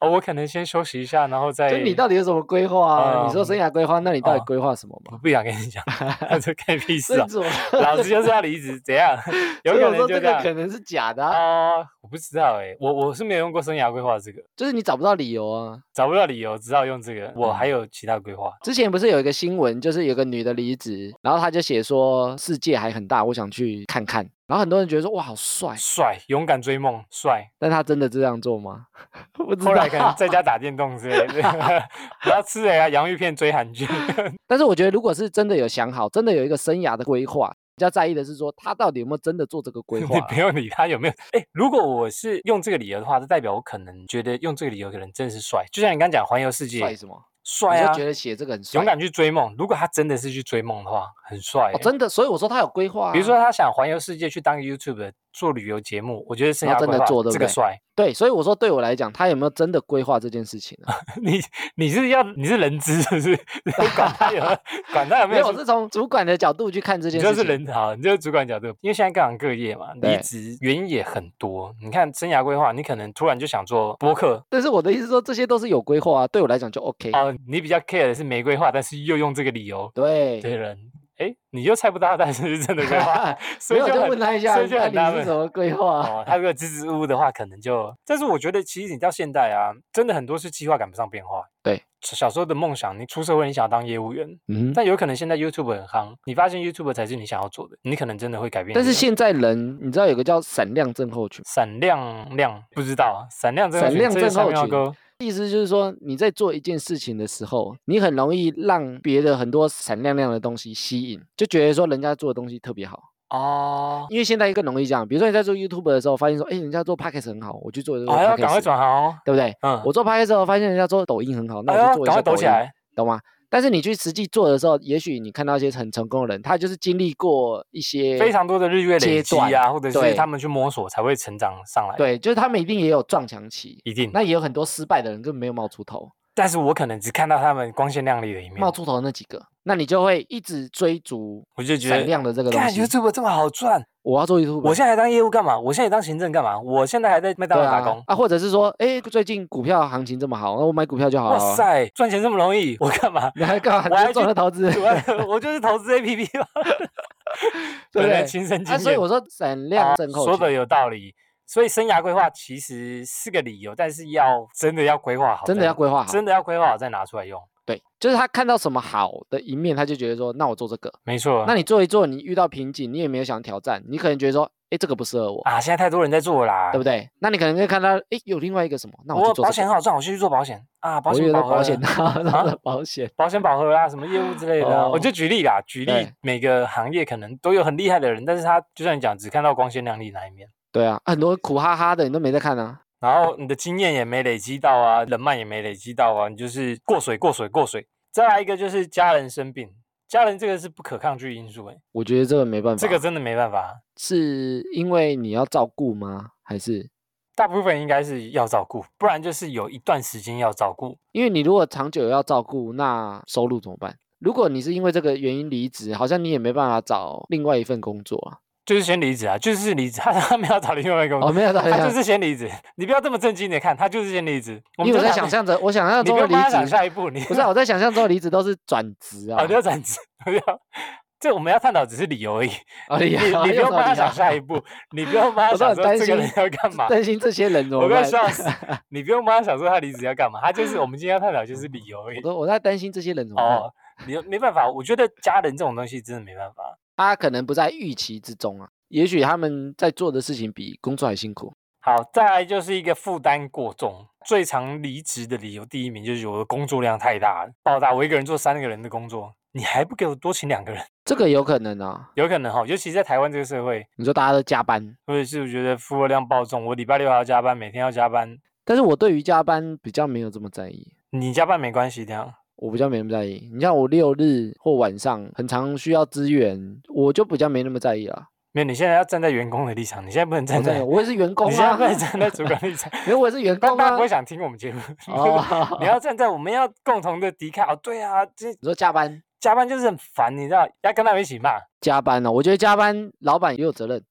A: 哦，我可能先休息一下，然后再……
B: 就你到底有什么规划啊？你说
A: 嗯
B: 生涯规划，那你到底
A: 哦
B: 规划什么
A: 我
B: 嘛？
A: 不想跟你讲， [LAUGHS] 这干屁事 [LAUGHS]
B: 所
A: 啊
B: 以！怎么 [LAUGHS]
A: 老子就是要离职，怎样？有
B: 所以
A: 可
B: 我
A: 能
B: 说
A: 就这
B: 这个
A: 样
B: 可能是假的啊，
A: 哦，我不知道哎、我我是没有用过生涯规划这个，
B: 就是你找不到理由啊。
A: 找不到理由，只好用这
B: 嗯
A: 个。我还有其他规划，
B: 之前不是有一个新闻，就是有个女的离职，然后她就写说世界还很大，我想去看看。然后很多人觉得说哇好帅，
A: 帅，勇敢追梦，帅。
B: 但她真的这样做吗？ [LAUGHS] 不知
A: 后来可能
B: 道。
A: 在家打电动之
B: [LAUGHS]
A: 类的，不要吃人家洋芋片追韩剧。
B: 但是我觉得，如果是真的有想好，真的有一个生涯的规划，比较在意的是说她到底有没有真的做这个
A: [LAUGHS]
B: 规
A: 你
B: 划啊。
A: 不用理他有没有。哎、如果我是用这个理由的话，就代表我可能觉得用这个理由可能真的是帅。就像你刚讲环游世界
B: 帅，什么？
A: 帅
B: 你
A: 啊
B: 就觉，得写这个很帅，
A: 勇敢去追梦。如果他真的是去追梦的话，很帅、
B: 哦，真的。所以我说他有规划、啊，
A: 比如说他想环游世界去当个 YouTube 做旅游节目，我觉得生
B: 然
A: 涯
B: 哦后真的
A: 规划
B: 做对
A: 这
B: 不
A: 个
B: 对
A: 帅。 [LAUGHS]
B: 对，所以我说对我来讲，他有没有真的规划这件事情、啊？
A: 你你是要你是人资是 [LAUGHS] 不是？管他有没有管他有 [LAUGHS] 没
B: 没
A: 有
B: 有，我
A: 去。
B: 是从主管的角度去看这
A: 你
B: 件事
A: 就
B: 情。
A: 是人好，你就是主管角度，因为现在各行各业嘛，离
B: 对
A: 职原因也很多。你看生涯规划，你可能突然就想做播客
B: 但是我的意思是说，这些都是有规划啊，对我来讲就 OK。
A: 哦、你比较 care 的是没规划，但是又用这个理由
B: 对，，
A: 对人，哎，你又猜不到他到底是不是真的规划
B: [LAUGHS]
A: 所
B: 没
A: 以
B: 有就
A: 很
B: 问他一下，
A: 所以就很
B: 那
A: 纳
B: 你是
A: 闷
B: 什。么规划啊？
A: 哦，他如果支支吾吾的话，可能就……但是我觉得，其实你到现代啊，真的很多是计划赶不上变化。
B: 对，
A: 小时候的梦想，你出社会你想要当业务员，
B: 嗯，
A: 但有可能现在 YouTube 很夯，你发现 YouTube 才是你想要做的，你可能真的会改变你的。
B: 但是现在人，你知道有个叫闪亮症候群吗，
A: 闪亮亮不知道，啊闪亮症候
B: 闪
A: 群
B: 亮
A: 这是
B: 症
A: 上
B: 候
A: 面要
B: 群
A: 勾
B: 意思就是说你在做一件事情的时候，你很容易让别的很多闪亮亮的东西吸引，就觉得说人家做的东西特别好。
A: 哦，
B: 因为现在更容易这样，比如说你在做 YouTube 的时候，发现说，哎，人家做 Podcast 很好，我去做这个
A: 哦
B: Podcast，、
A: 还要赶快转行哦，
B: 对不对？
A: 嗯，
B: 我做 Podcast 的时候，发现人家做抖音很好，那
A: 哎
B: 我
A: 呀
B: 去做一
A: 赶快
B: 下抖
A: 抖
B: 音，
A: 起来，
B: 懂吗？但是你去实际做的时候，也许你看到一些很成功的人，他就是经历过一些
A: 非常多的日月累
B: 阶
A: 积
B: 段
A: 啊，或者是
B: 对
A: 他们去摸索才会成长上来，，
B: 对，就是他们一定也有撞墙期，
A: 一定。
B: 那也有很多失败的人根本没有冒出头，
A: 但是我可能只看到他们光鲜亮丽的一面
B: 冒，出头的那几个，那你就会一直追逐
A: 我就觉
B: 闪
A: 得。
B: 亮的这个东
A: 看
B: 西。
A: YouTube 这么好赚，
B: 我要做 YouTube，啊
A: 我现在还当业务干嘛？我现在当行政干嘛？我现在还在麦当
B: 对
A: 劳打
B: 啊
A: 工。
B: 啊，或者是说，哎，最近股票行情这么好，那我买股票就好了。？
A: 哇，塞，赚钱这么容易，我干嘛 [LAUGHS]
B: 你还干嘛？
A: 我还
B: 你就做
A: 去
B: 了投资，
A: 我我就是投资 APP 嘛，
B: [LAUGHS] 对不
A: 本人
B: 对？
A: 亲身经
B: 啊，
A: 验。
B: 所以我说闪亮症候
A: 啊说
B: 群
A: 的有道理。所以生涯规划其实是个理由，但是要真的要规划好再，
B: 真的要规划好，
A: 真的要规划好再拿出来用。
B: 对，就是他看到什么好的一面，他就觉得说，那我做这个。
A: 没错。
B: 那你做一做，你遇到瓶颈，你也没有想挑战，你可能觉得说，哎，这个不适合我，
A: 啊，现在太多人在做了啦，
B: 对不对？那你可能会看到，哎，有另外一个什么，那
A: 我
B: 就做
A: 保
B: 这
A: 险
B: 个。
A: 很好赚，我先去做保险啊，保
B: 我
A: 险
B: 觉得
A: 保
B: 保
A: 额
B: 险套，然后保险， [LAUGHS]
A: 保险饱和啦，什么业务之类的啊、我
B: 哦
A: 就举例啦，举例
B: 对
A: 每个行业可能都有很厉害的人，但是他就像你讲，只看到光鲜亮丽那一面，
B: 对啊，很多苦哈哈的你都没在看啊。
A: 然后你的经验也没累积到啊，人脉也没累积到啊，你就是过水过水过水。再来一个就是家人生病，家人这个是不可抗拒因素、欸，
B: 我觉得这个没办法，
A: 这个真的没办法。
B: 是因为你要照顾吗？还是
A: 大部分应该是要照顾，不然就是有一段时间要照顾。
B: 因为你如果长久要照顾，那收入怎么办？如果你是因为这个原因离职，好像你也没办法找另外一份工作啊。
A: 就是先离职啊，就是离职，他 [LAUGHS] 他没有找另外一个工作，
B: 哦，没有，
A: [LAUGHS] 他就是先离职。你不要这么震惊的看，他就是先离职。我
B: 因
A: 们
B: 为我
A: 正
B: 在
A: 常
B: 想，象着，我想象
A: 你
B: 中
A: 不
B: 的
A: 要
B: 离
A: 帮他想
B: 职，
A: 下一步，你
B: 不
A: [LAUGHS]
B: 是啊、我在想象中的离职都是转职啊
A: 啊，。不要转职，不要。这我们要探讨只是理由而已，
B: 啊，
A: 你
B: 厉害，
A: 你不
B: 又
A: 用帮他
B: 厉害
A: 想下一步，你不用帮他
B: 我都
A: 想
B: 很
A: 说
B: 担
A: 这个人
B: 心
A: 要干嘛。
B: 担心这些人怎
A: 我
B: 么
A: 快
B: 办？ [LAUGHS]
A: 笑死！你不用帮他想说他离职要干嘛，他就是我们今天要探讨就是理由而已
B: [LAUGHS] 我。都我在担心这些人怎么办？
A: 哦，你没办法，我觉得家人这种东西真的没办法。
B: 他可能不在预期之中啊，也许他们在做的事情比工作还辛苦。
A: 好，再来就是一个负担过重，最常离职的理由第一名就是我的工作量太大了，爆炸，我一个人做三个人的工作，你还不给我多请两个人，
B: 这个有可能啊，
A: 有可能哈，尤其在台湾这个社会，
B: 你说大家都加班，
A: 或者是我觉得负荷量爆重，我礼拜六还要加班，每天要加班，
B: 但是我对于加班比较没有这么在意，
A: 你加班没关系，这样
B: 我比较没那么在意。你像我六日或晚上很常需要资源，我就比较没那么在意了。
A: 没有，你现在要站在员工的立场，你现在不能
B: 我
A: 站在
B: 在，，哦我也是员工
A: [LAUGHS] 你现在
B: 啊
A: 不，
B: [LAUGHS]
A: 能站在主管立场，
B: 因为我也是员
A: [LAUGHS] 但
B: 工
A: 大家
B: 啊
A: 不会。想听我们节目，
B: [LAUGHS] 哦
A: [LAUGHS] 你要站在我们要共同的敌抗哦，对啊，这
B: 你说加班，
A: 加班就是很烦，你知道，要跟他们一起骂，
B: 加班哦呢、我觉得加班老板也有责任，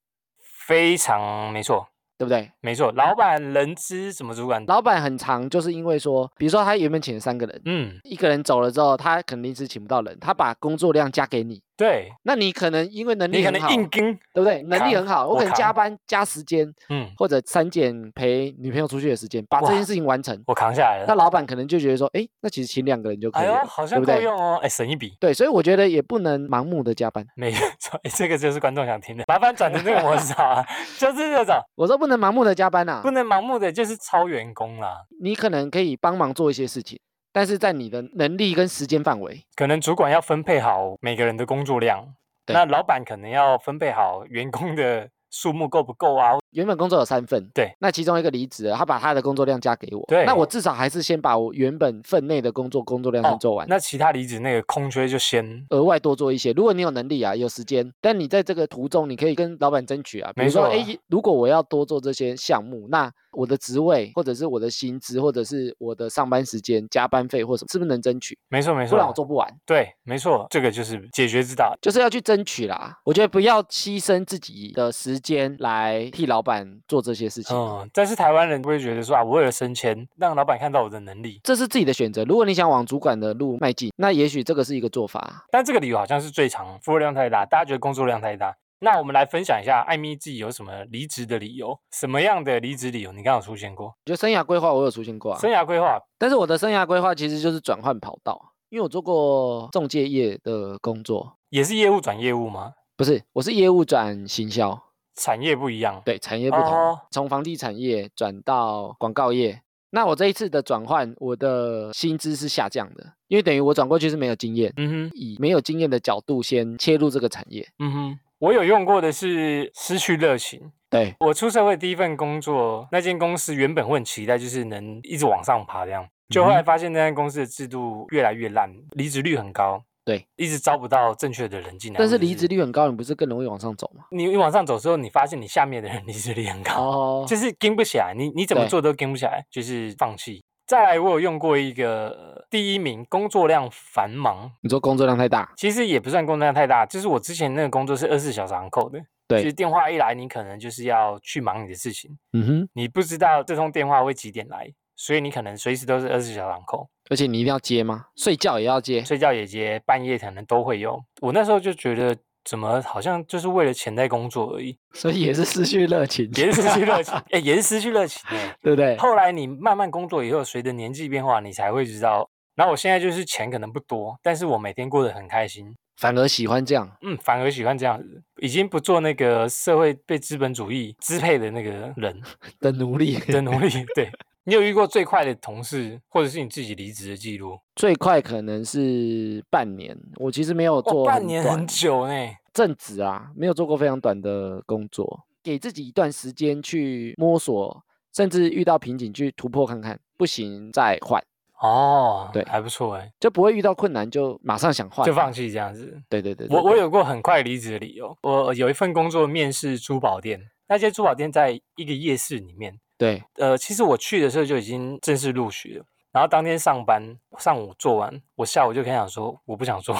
A: 非常没错。
B: 对不对？
A: 没错，老板、人资什么主管，
B: 老板很常就是因为说，比如说他原本请了三个人，
A: 嗯，
B: 一个人走了之后，他肯定是请不到人，他把工作量加给你，
A: 对
B: 那你可能因为能
A: 你
B: 力
A: 可
B: 很
A: 能
B: 好，
A: 硬跟，
B: 对不对？能
A: 扛
B: 力很好，我
A: 我
B: 可能加
A: 扛
B: 班加时间，
A: 嗯，
B: 或者删减陪女朋友出去的时间，把这
A: 哇
B: 件事情完成。
A: 我扛下来
B: 那
A: 了。
B: 老板可能就觉得说，哎，那其实请两个人就可
A: 哎
B: 以了
A: 呦，，好
B: 对
A: 像
B: 不
A: 够
B: 对？
A: 用哦，哎，省一笔，
B: 对，所以我觉得也不能盲目的加班。
A: 没错， [LAUGHS] 哎，这个就是观众想听的，麻烦转成这个模式好啊，就是这种，
B: 我说不能盲目的加班啊
A: 不，能盲目的就是超员工啦，
B: 你可能可以帮忙做一些事情，但是在你的能力跟时间范围。
A: 可能主管要分配好每个人的工作量，
B: 对
A: 那老板可能要分配好员工的数目够不够啊，
B: 原本工作有三份，
A: 对，
B: 那其中一个离职了，他把他的工作量加给我，
A: 对
B: 那我至少还是先把我原本份内的工作工作量先
A: 哦
B: 做完，
A: 那其他离职那个空缺就先，
B: 额外多做一些。如果你有能力啊，有时间，但你在这个途中，你可以跟老板争取啊。比
A: 没
B: 如说，
A: 错啊
B: 哎，如果我要多做这些项目，那我的职位或者是我的薪资或者是我的上班时间、加班费或什么，是不是能争取？
A: 没错没
B: 不然
A: 错，
B: 我
A: 啊
B: 做不完，
A: 对，没错，这个就是解决之道，
B: 就是要去争取啦。我觉得不要牺牲自己的时间来替老板做这些事情。
A: 嗯，但是台湾人不会觉得说啊，我为了升迁，让老板看到我的能力，
B: 这是自己的选择。如果你想往主管的路迈进，那也许这个是一个做法。
A: 但这个理由好像是最长，负荷量太大，大家觉得工作量太大。那我们来分享一下艾米自己有什么离职的理由，什么样的离职理由你刚好出现过？
B: 我觉得生涯规划我有出现过啊，
A: 生涯规划，
B: 但是我的生涯规划其实就是转换跑道，因为我做过中介业的工作，
A: 也是业务转业务吗？
B: 不是，我是业务转行销，
A: 产业不一样，
B: 对，产业不同，
A: 哦
B: 从房地产业转到广告业。那我这一次的转换，我的薪资是下降的，因为等于我转过去是没有经验，
A: 嗯哼，
B: 以没有经验的角度先切入这个产业。
A: 嗯哼。我有用过的是失去热情。
B: 对，
A: 我出社会第一份工作，那间公司原本我很期待，就是能一直往上爬这样。
B: 嗯
A: 就后来发现那间公司的制度越来越烂，离职率很高。
B: 对，
A: 一直招不到正确的人进来。
B: 但是
A: 或者
B: 离职率很高，你不是更容易往上走吗？
A: 你你往上走之后，你发现你下面的人离 [LAUGHS] 职率很高，
B: 哦
A: 就是跟不起来，你你怎么
B: 对
A: 做都跟不起来，就是放弃。再来，我有用过一个呃第一名，工作量繁忙，
B: 你说工作量太大，
A: 其实也不算工作量太大，就是我之前那个工作是二十四小时航扣的，
B: 对
A: 就是电话一来，你可能就是要去忙你的事情，
B: 嗯哼，
A: 你不知道这通电话会几点来，所以你可能随时都是二十四小时航扣，
B: 而且你一定要接吗？睡觉也要接，
A: 睡觉也接，半夜可能都会有。我那时候就觉得，怎么好像就是为了钱在工作而已，
B: 所以也是失去热情，
A: 也是失去热情，哎、也是失去热情哎、
B: [LAUGHS] 对不对？
A: 后来你慢慢工作以后，随着年纪变化，你才会知道。然后我现在就是钱可能不多，但是我每天过得很开心，
B: 反而喜欢这样，
A: 嗯，反而喜欢这样子，已经不做那个社会被资本主义支配的那个
B: [LAUGHS]
A: 人
B: 的奴隶。
A: 的奴隶。对你有遇过最快的同事，或者是你自己离职的记录？
B: 最快可能是半年，我其实没有
A: 哦，
B: 做
A: 半年
B: 短
A: 很久呢。
B: 正职啊，没有做过非常短的工作，给自己一段时间去摸索，甚至遇到瓶颈去突破看看，不行再换，
A: 哦，
B: 对
A: 还不错哎，
B: 就不会遇到困难就马上想换，啊
A: 就放。弃这样子。
B: 对对对，对
A: 我我
B: 对
A: 有过很快离职的理由，我有一份工作面试珠宝店，那些珠宝店在一个夜市里面，
B: 对，
A: 呃，其实我去的时候就已经正式录取了，然后当天上班上午做完，我下午就跟他讲说我不想做，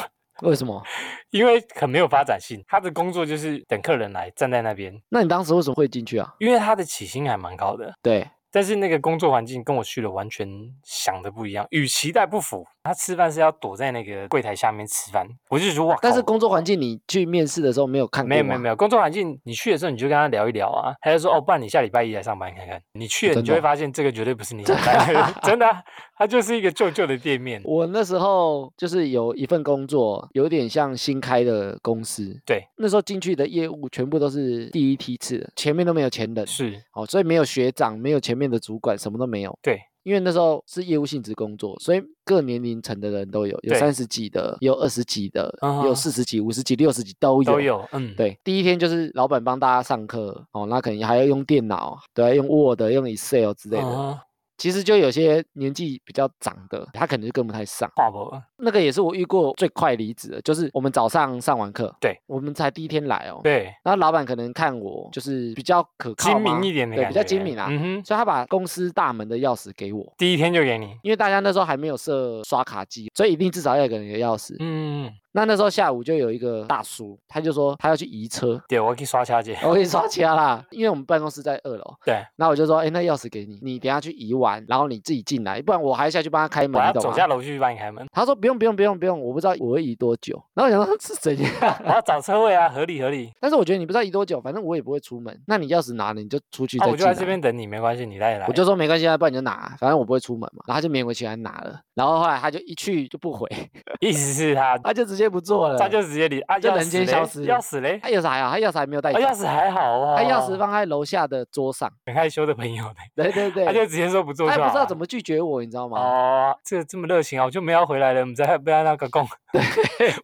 B: 为什么？
A: [LAUGHS] 因为很没有发展性。他的工作就是等客人来站在那边，
B: 那你当时为什么会进去啊？
A: 因为他的起薪还蛮高的，
B: 对，
A: 但是那个工作环境跟我去了完全想的不一样，与期待不符。他吃饭是要躲在那个柜台下面吃饭，我就觉得哇靠，
B: 但是工作环境你去面试的时候没有看过
A: 没有没有没
B: 有，
A: 有，工作环境你去的时候你就跟他聊一聊啊，他就说哦，不然你下礼拜一来上班看看。你去了
B: 真
A: 你就会
B: 的哦哦
A: 发现这个绝对不
B: [LAUGHS]
A: 是你想待的， [LAUGHS] 真的啊、它就是一个旧旧的店面。
B: 我那时候就是有一份工作，有点像新开的公司，
A: 对，
B: 那时候进去的业务全部都是第一梯次的，前面都没有前人，
A: 是
B: 哦，所以没有学长，没有前面的主管，什么都没有。
A: 对，
B: 因为那时候是业务性质工作，所以各年龄层的人都有，有
A: 对
B: 三十几的，有二十几的，
A: 嗯
B: 有
A: 哼
B: 四十几、五十几、六十几都有。
A: 都有，嗯，
B: 对，第一天就是老板帮大家上课哦，那可能还要用电脑，对，啊用 Word、用 Excel 之类的。
A: 嗯
B: 其实就有些年纪比较长的，他可能就跟不太上。
A: 跨博
B: 那个也是我遇过最快离职的，就是我们早上上完课，
A: 对，
B: 我们才第一天来哦。
A: 对，
B: 然后老板可能看我就是比较可靠
A: 精明
B: 嘛
A: 一点的
B: 对，
A: 感觉，
B: 比较精明啦，啊
A: 嗯哼，
B: 所以他把公司大门的钥匙给我，
A: 第一天就给你，
B: 因为大家那时候还没有设刷卡机，所以一定至少要有个人有钥匙。
A: 嗯，嗯
B: 那那时候下午就有一个大叔，他就说他要去移车，
A: 对我可以刷卡姐，
B: 我给你刷钱啦，因为我们办公室在二楼。
A: 对
B: 那我就说，哎，那钥匙给你，你等下去移完，然后你自己进来，不然我还下去帮他开
A: 我
B: 门，
A: 要
B: 你懂啊
A: 走下
B: 吗？
A: 楼去帮你开门，
B: 他说不用不用不用不用，我不知道我会移多久。然后我想说 [LAUGHS] 是怎
A: 我
B: 样，
A: 要找车位啊，合理合理。
B: 但是我觉得你不知道移多久，反正我也不会出门。那你钥匙拿了，你就出去
A: 啊，我
B: 再
A: 就
B: 进来。
A: 在这边等你，没关系，你再来。
B: 我就说没关系啊，不然你就拿，反正我不会出门嘛。然后他就勉为其难拿了，然后后来他就一去就不回，
A: 意思是他，
B: 他就直接不做了。
A: 他就直接离啊，
B: 就
A: 钥
B: 人
A: 匙
B: 间
A: 嘞
B: 消失哎
A: 钥匙嘞，
B: 他钥匙还好，他钥匙还没有带
A: 啊，
B: 走，
A: 钥匙还好哦，
B: 他钥匙放在楼下的桌上。
A: 很害羞的朋友呢，
B: 对对对，
A: 他就直接说不做
B: 他
A: 就
B: 也
A: 好
B: 不
A: 了，
B: 知道怎么拒绝我，你知道吗？
A: 哦，这这么热情啊，我就没有回来了，我们再不要那个供，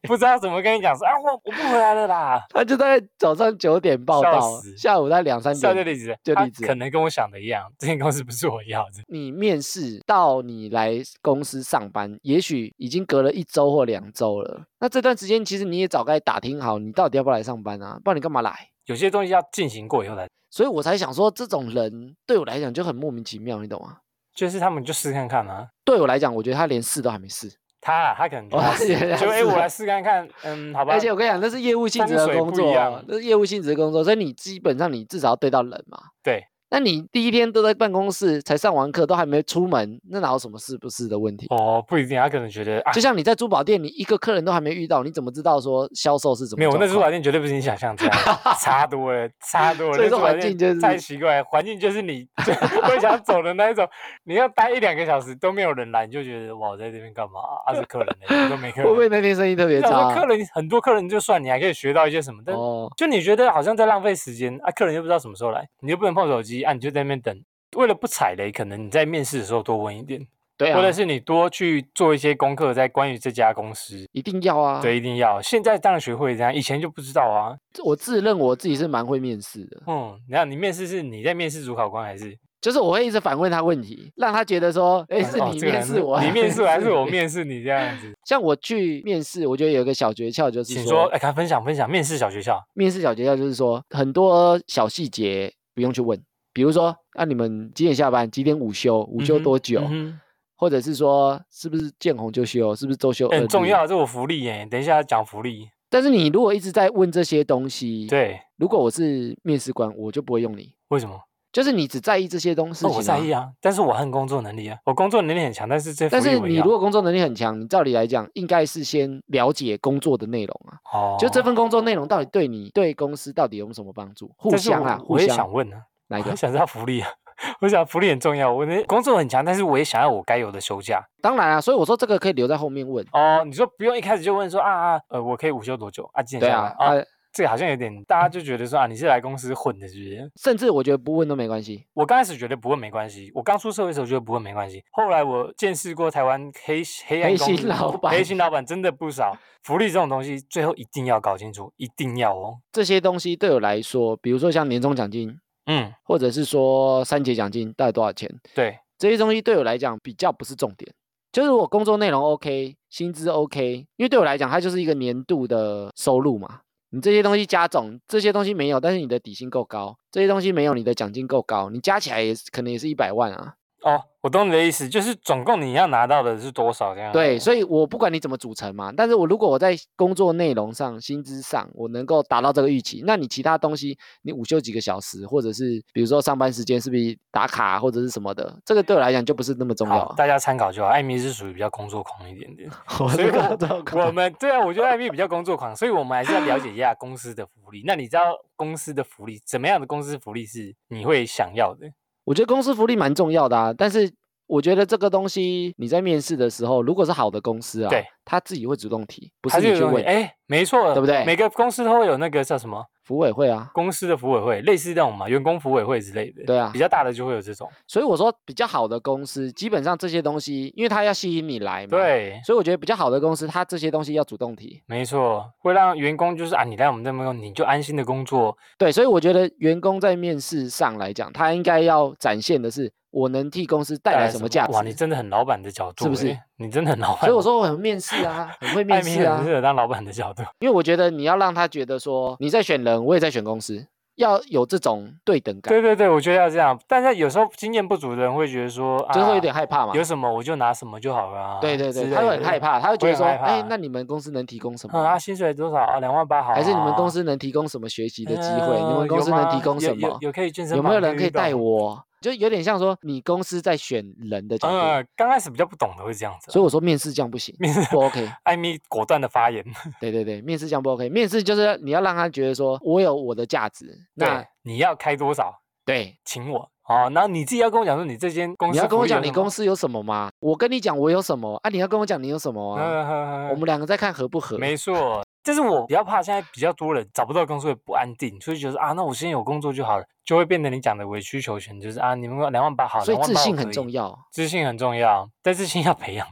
A: 不知道怎么跟你讲说啊，我我不回来了啦，
B: 他就在早上九点报
A: 笑
B: 到，
A: 死
B: 下午在两三
A: 啊下就
B: 点。
A: 离职，
B: 就
A: 他
B: 离职
A: 可能跟我想的一样，这间公司不是我要的，
B: 你面试到你来公司上班，也许已经隔了一周或两周了。那这段时间其实你也早该打听好，你到底要不要来上班啊？不然你干嘛来？
A: 有些东西要进行过以后才，
B: 所以我才想说，这种人对我来讲就很莫名其妙，你懂吗？
A: 就是他们就试看看啊。
B: 对我来讲，我觉得他连试都还没试，
A: 他啊他可能就
B: 哦
A: 要
B: 他
A: 试
B: 也要
A: 就哎，
B: 试
A: 我
B: 啊
A: 来试看看，嗯，好吧
B: 而。且我跟你讲，那是业务性质
A: 风
B: 的
A: 水
B: 工
A: 不一
B: 作哦
A: 样，
B: 那是业务性质的工作，所以你基本上你至少要对到人嘛。
A: 对，
B: 那你第一天都在办公室，才上完课，都还没出门，那哪有什么是不是的问题？
A: 哦，不一定，他可能觉得啊
B: 就，像你在珠宝店，你一个客人都还没遇到，你怎么知道说销售是怎么？
A: 没有，那珠宝，店绝对不是你想象这样的，
B: [LAUGHS]
A: 差多了，差多了。
B: 所以
A: 那
B: 说
A: 珠宝
B: 环
A: 店
B: 境就是
A: 太奇怪了，环境就是你 [LAUGHS] 就会想走的那一种。你要待一两个小时都没有人来，你就觉得哇，我在这边干嘛？啊，是客人呢，都
B: [LAUGHS]
A: 没客
B: 会不
A: 人。
B: 会那天生意特别
A: 你想说
B: 差
A: 客？人很多，客人就算你还可以学到一些什么，但
B: 哦，
A: 就你觉得好像在浪费时间啊，客人又不知道什么时候来，你又不能碰手机啊，你就在那边等。为了不踩雷，可能你在面试的时候多问一点，
B: 对
A: 或者
B: 啊，
A: 是你多去做一些功课，在关于这家公司。
B: 一定要啊。
A: 对，，一定要。现在当然学会这样，以前就不知道啊。
B: 我自认我自己是蛮会面试的，
A: 嗯，然后你面试是你在面试主考官还是？
B: 就是我会一直反问他问题，让他觉得说，哎，
A: 还
B: 是
A: 哦
B: 你
A: 这个
B: 面
A: 人
B: 试我，啊
A: 你面
B: [LAUGHS]
A: 试我还是我
B: 你
A: 面试你这样
B: [LAUGHS]
A: 子？
B: 像我去面试，我觉得有一个小诀窍就是
A: 请
B: 说
A: 说，，哎，看分享分享面试小学校，
B: 面试小诀窍就是说，很多小细节不用去问，比如说，那、你们几点下班？几点午休？午
A: 嗯
B: 休
A: 哼
B: 多久？
A: 嗯
B: 或者是说，是不是见红就休？是不是周休
A: 哼
B: 二
A: 很重
B: 日？
A: 要，这我福利耶。等一下讲福利，
B: 但是你如果一直在问这些东西，，
A: 对，
B: 如果我是面试官，我就不会用你。
A: 为什么？
B: 就是你只在意这些东西、
A: 那我在意啊，但是我很工作能力啊，我工作能力很强，但是这福
B: 但
A: 利
B: 是
A: 我
B: 你
A: 要
B: 如果工作能力很强，你照理来讲应该是先了解工作的内容啊，
A: 哦，
B: 就这份工作内容到底对你对公司到底有没有什么帮助？互
A: 但是
B: 相
A: 我
B: 啊，互
A: 我也
B: 相
A: 想问啊，
B: 哪一
A: 我
B: 个
A: 也？想知道福利啊， [LAUGHS] 我想福利很重要，我的工作很强，但是我也想要我该有的休假。
B: 当然啊，所以我说这个可以留在后面问。
A: 哦，你说不用一开始就问说啊，啊呃，我可以午休多久啊？几点
B: 对
A: 下
B: 啊
A: 班，
B: 啊，
A: 这个好像有点，大家就觉得说啊，你是来公司混的，是不是？
B: 甚至我觉得不问都没关系。
A: 我刚开始觉得不问没关系，我刚出社会的时候觉得不问没关系。后来我见识过台湾黑黑暗
B: 黑
A: 公
B: 心
A: 司
B: 老板
A: 黑心老板真的不少。福利这种东西，最后一定要搞清楚，一定要哦。
B: 这些东西对我来说，比如说像年终奖金，
A: 嗯，
B: 或者是说三节奖金到底多少钱，
A: 对，
B: 这些东西对我来讲比较不是重点。就是我工作内容 OK，薪资 OK，因为对我来讲，它就是一个年度的收入嘛。你这些东西加总，这些东西没有，但是你的底薪够高，这些东西没有，你的奖金够高，你加起来也是可能也是一百万啊。
A: 哦，我懂你的意思，就是总共你要拿到的是多少这样。
B: 对，所以我不管你怎么组成嘛，但是我如果我在工作内容上、薪资上，我能够达到这个预期，那你其他东西，你午休几个小时，或者是比如说上班时间是不是打卡啊或者是什么的，这个对我来讲就不是那么重要
A: 好，
B: 啊。
A: 大家参考就好。艾米是属于比较工作狂一点点，
B: [LAUGHS] 我
A: 所以
B: 这个
A: 我
B: 这个 [LAUGHS]
A: 我们对啊，我觉得艾米比较工作狂，所以我们还是要了解一下公司的福利。那你知道公司的福利怎么样的公司福利是你会想要的？
B: 我觉得公司福利蛮重要的啊，但是我觉得这个东西你在面试的时候，如果是好的公司啊，
A: 对，
B: 他自己会主动提，不
A: 他
B: 是
A: 就
B: 你去
A: 有
B: 问。
A: 哎，没错，
B: 对不对
A: 每个公司都会有那个叫什么
B: 服委会啊，
A: 公司的福委会，类似这种嘛，员工福委会之类的。
B: 对啊
A: 比较大的就会有这种。
B: 所以我说比较好的公司，基本上这些东西，因为它要吸引你来嘛，，
A: 对，
B: 所以我觉得比较好的公司，它这些东西要主动提。
A: 没错，会让员工就是啊，你来我们这边工作，你就安心的工作。
B: 对，所以我觉得员工在面试上来讲，他应该要展现的是我能替公司带来什么价值。
A: 哇，你真的很老板的角度，哎
B: 是不是？
A: 你真的很老板。
B: 所以我，说我很面试啊，很
A: [LAUGHS]
B: 会面
A: 艾米
B: 试
A: 很
B: 啊
A: 适，合当老板的角度。
B: 因为我觉得你要让他觉得说你在选人，我也在选公司，要有这种对等 [LAUGHS] 感，
A: 对对对，我觉得要这样。但是有时候经验不足的人会觉得说，啊，
B: 就是会有点害怕嘛。
A: 有什么我就拿什么就好了、啊。
B: 对对对，
A: 之
B: 他
A: 类
B: 会很
A: 的
B: 害。怕，他会觉
A: 我也
B: 得说，
A: 很害
B: 哎
A: 怕，
B: 那你们公司能提供什
A: 嗯，
B: 么啊？
A: 啊，薪水多少啊？两万八好啊。
B: 还是你们公司能提供什么学习的机会？你
A: 嗯
B: 们公
A: 有
B: 司能
A: 吗
B: 提供
A: 有
B: 什
A: 有
B: 么？
A: 有可以健身
B: 有没
A: 房
B: 有人可以
A: 运动
B: 带？我？就有点像说你公司在选人的角度，
A: 嗯，刚开始比较不懂的会这样子啊。
B: 所以我说面试这样不行，
A: 面试
B: 不 OK。 [LAUGHS]
A: 艾米果断的发言，
B: 对对对，面试这样不 OK。面试就是你要让他觉得说我有我的价值，那
A: 对，你要开多少，
B: 对。
A: 请我哦。然后你自己要跟我讲说，你这间公司
B: 你要跟我讲你公
A: 司，
B: 司有什么吗？我跟你讲我有什么啊？你要跟我讲你有什么啊？
A: 嗯嗯
B: 我们两个再看合不合。
A: 没错，就是我比较怕现在比较多人找不到工作不安定，所以觉得啊，那我先有工作就好了，就会变得你讲的委曲求全，就是啊，你们两万八好，
B: 所以
A: 28000
B: 自信很
A: 可以
B: 重，要。
A: 自信很重要，但自信要培养，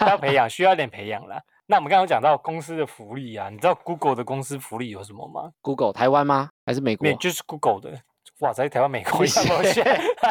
A: [LAUGHS] 要培养，需要一点培养啦。那我们刚刚讲到公司的福利啊，你知道 Google 的公司福利有什么吗？
B: Google 台湾吗？还是美国
A: 美？就是 Google 的。哇，在台湾美国
B: 不
A: 也不
B: 是
A: 写， [LAUGHS]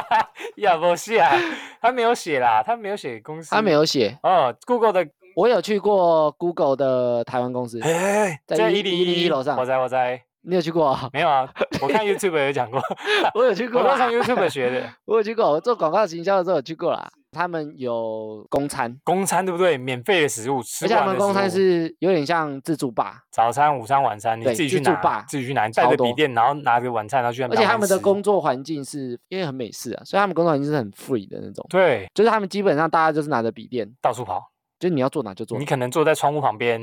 A: 也不写啊，他没有写啦，他没有写公司，
B: 他没有写。
A: 哦，Google 的，
B: 我有去过 Google 的台湾公司，
A: 哎，
B: 在
A: 在
B: 一
A: 一零
B: 101楼上
A: 我在我在，
B: 你有去过啊？ [LAUGHS]
A: 没有啊，我看 YouTube 有讲过， [LAUGHS]
B: 我有去
A: 我
B: 过
A: 都
B: 啦，
A: 上 YouTube 学的。
B: 我有去过。我做广告行销的时候有去过啦。他们有公餐，
A: 公餐对不对？免费的食物，吃
B: 而且他
A: 完的
B: 们
A: 食
B: 公餐
A: 物
B: 是有点像自助吧，
A: 早餐、午餐、晚餐，你
B: 对
A: 自己
B: 自
A: 去
B: 助
A: 拿，
B: 吧
A: 自己去拿，你带
B: 超
A: 着笔
B: 多
A: 电，然后拿着晚餐，然后去那
B: 而
A: 边
B: 且
A: 慢
B: 他
A: 慢
B: 们的
A: 吃
B: 工作环境是因为很美式啊，所以他们工作环境是很 free 的那种，
A: 对
B: 就是他们基本上大家就是拿着笔电，
A: 到处跑，
B: 就是你要做哪就做
A: 你
B: 哪。
A: 可能坐在窗户旁边，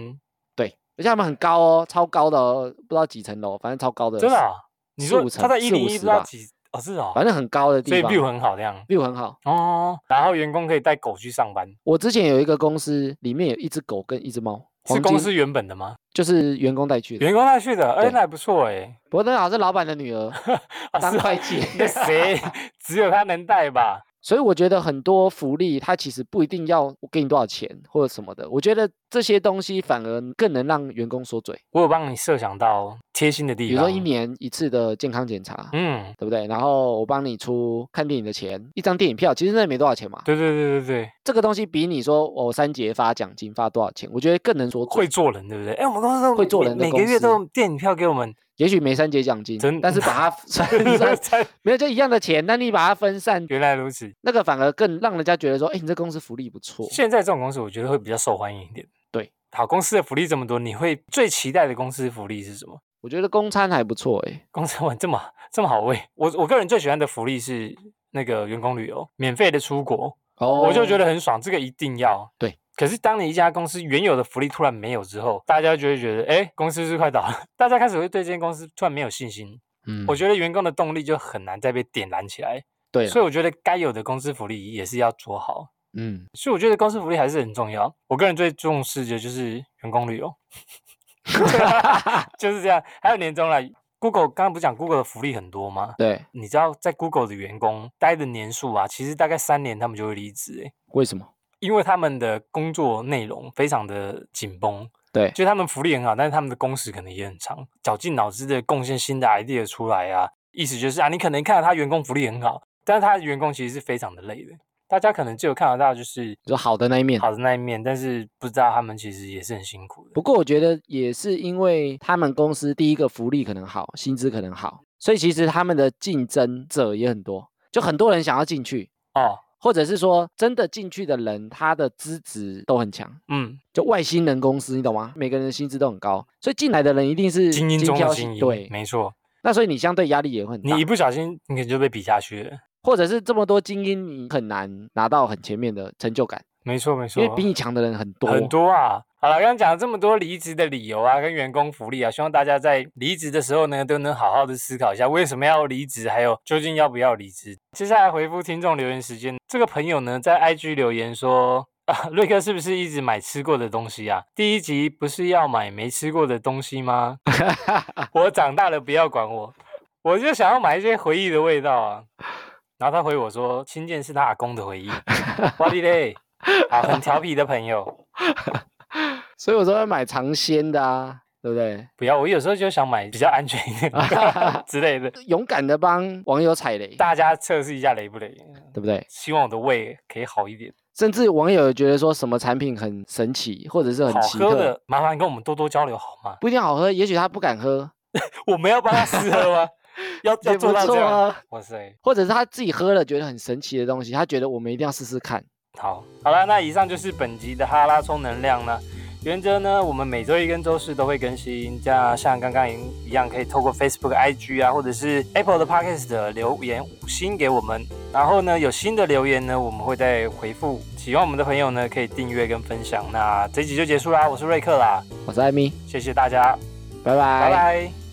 B: 对，而且他们很高哦，超高的哦，不知道几层楼，反正超高的，
A: 真的啊，你
B: 四
A: 说
B: 五
A: 他在
B: 层
A: 一
B: 四
A: 零
B: 五
A: 一不
B: 十
A: 知道
B: 吧
A: 几哦是哦，
B: 反正很高的
A: 所
B: 地
A: 以
B: 方
A: view 很好这样
B: view 很好。
A: 哦。然后员工可以带狗去上班，
B: 我之前有一个公司，里面有一只狗跟一只猫，
A: 是
B: 黄
A: 公
B: 金
A: 司原本的吗？
B: 就是员工带去的，
A: 员工带去的，哎，
B: 对
A: 那还不错哎。
B: 不过那好像是老板的
A: [LAUGHS]
B: 女儿
A: 啊
B: 当
A: 是哦
B: 会计，
A: [LAUGHS] 那
B: [LAUGHS]
A: 谁只有他能带吧？
B: 所以我觉得很多福利，它其实不一定要我给你多少钱或者什么的，我觉得这些东西反而更能让员工说嘴。
A: 我有帮你设想到贴心的地方，
B: 比如说一，年一次的健康检查，
A: 嗯，
B: 对不对？然后我帮你出看电影的钱，一张电影票，其实那也没多少钱嘛。
A: 对对对对对，
B: 这个东西比你说我三节发奖金发多少钱，我觉得更能说嘴
A: 会做人，对不对？哎，我们公司都
B: 会做
A: 每
B: 人的
A: 每个
B: 公
A: 月
B: 司
A: 都有电影票给我们，
B: 也许没三节奖金
A: [LAUGHS] 真，
B: 但是把它分散，没有就一样的钱，但你把它分 [LAUGHS] 散，
A: [LAUGHS] 原来如此。
B: 那个反而更让人家觉得说，哎，你这公司福利不错。
A: 现在这种公司，我觉得会比较受欢迎一点。
B: 对，
A: 好，公司的福利这么多，你会最期待的公司福利是什么？ [LAUGHS]
B: 我觉得公餐还不错，哎，
A: 公司哇，这么这么好喂！我我个人最喜欢的福利是那个员工旅游，免费的出国，
B: 哦
A: 我就觉得很爽，这个一定要。
B: 对。
A: 可是，当你一家公司原有的福利突然没有之后，大家就会觉得，哎，公司是不是快倒了。 [LAUGHS] 大家开始会对这间公司突然没有信心，
B: 嗯
A: 我觉得员工的动力就很难再被点燃起来。
B: 对啊
A: 所
B: 了，
A: 以我觉得该有的公司福利也是要做好。 [LAUGHS]
B: 嗯，
A: 所以我觉得公司福利还是很重要。我个人最重视的就是员工旅游， [LAUGHS] 就是这样。还有年终啦 Google 刚刚不是讲 Google 的福利很多吗？
B: 对，
A: 你知道在 Google 的员工待的年数啊，其实大概三年他们就会离职、欸，
B: 为什么？
A: 因为他们的工作内容非常的紧绷，
B: 对，
A: 就他们福利很好，但是他们的工时可能也很长，绞尽脑汁的贡献新的 idea 出来啊。意思就是啊，你可能看到他员工福利很好，但是他的员工其实是非常的累的。大家可能只有看得到就是
B: 你说好的那一面。
A: 好的那一面，但是不知道他们其实也是很辛苦的。
B: 不过我觉得也是因为他们公司第一个福利可能好，薪资可能好，所以其实他们的竞争者也很多，就很多人想要进去，
A: 哦，
B: 或者是说真的进去的人，他的资质都很强，
A: 嗯，
B: 就外星人公司，你懂吗？每个人的薪资都很高，所以进来的人一定是
A: 精英中
B: 挑
A: 的
B: 细
A: 精英，
B: 对，
A: 没错。
B: 那所以你相对压力也会很大
A: 你一，不小心，你可能就被比下去了。
B: 或者是这么多精英，你很难拿到很前面的成就感，
A: 没错，没错，
B: 因为比你强的人很多。
A: 很多啊。好了，刚刚讲了这么多离职的理由啊，跟员工福利啊，希望大家在离职的时候呢，都能好好的思考一下为什么要离职，还有究竟要不要离职。接下来回复听众留言时间，这个朋友呢在 IG 留言说。啊，瑞克是不是一直买吃过的东西啊？第一集不是要买没吃过的东西吗？我长大了，不要管我，我就想要买一些回忆的味道啊。然后他回我说，青剑是他阿公的回忆。哇哩嘞，啊，很调皮的朋友。
B: 所以我说要买尝鲜的啊，对不对？
A: 不要，我有时候就想买比较安全一点的
B: [LAUGHS]
A: 之类的，
B: 勇敢的帮网友踩雷，
A: 大家测试一下雷不雷，
B: 对不对？
A: 希望我的胃可以好一点。
B: 甚至网友觉得说什么产品很神奇，或者是很
A: 好
B: 奇
A: 喝
B: 特，
A: 的，麻烦跟我们多多交流好吗？
B: 不一定好喝，也许他不敢喝，
A: 我们要帮他试喝
B: [LAUGHS]
A: 吗？要要
B: 也不
A: 做到这
B: 错
A: 样？
B: 啊。
A: 哇塞，
B: 或者是他自己喝了觉得很神奇的东西，他觉得我们一定要试试看。
A: 好，好了，那以上就是本集的哈拉充能量了。原则呢，我们每周一跟周四都会更新，这样像刚刚一样，可以透过 Facebook、IG 啊，或者是 Apple 的 Podcast 的留言五星给我们。然后呢，有新的留言呢，我们会再回复。喜欢我们的朋友呢，可以订阅跟分享。那这集就结束啦，我是瑞克啦，
B: 我是艾米，
A: 谢谢大家，拜拜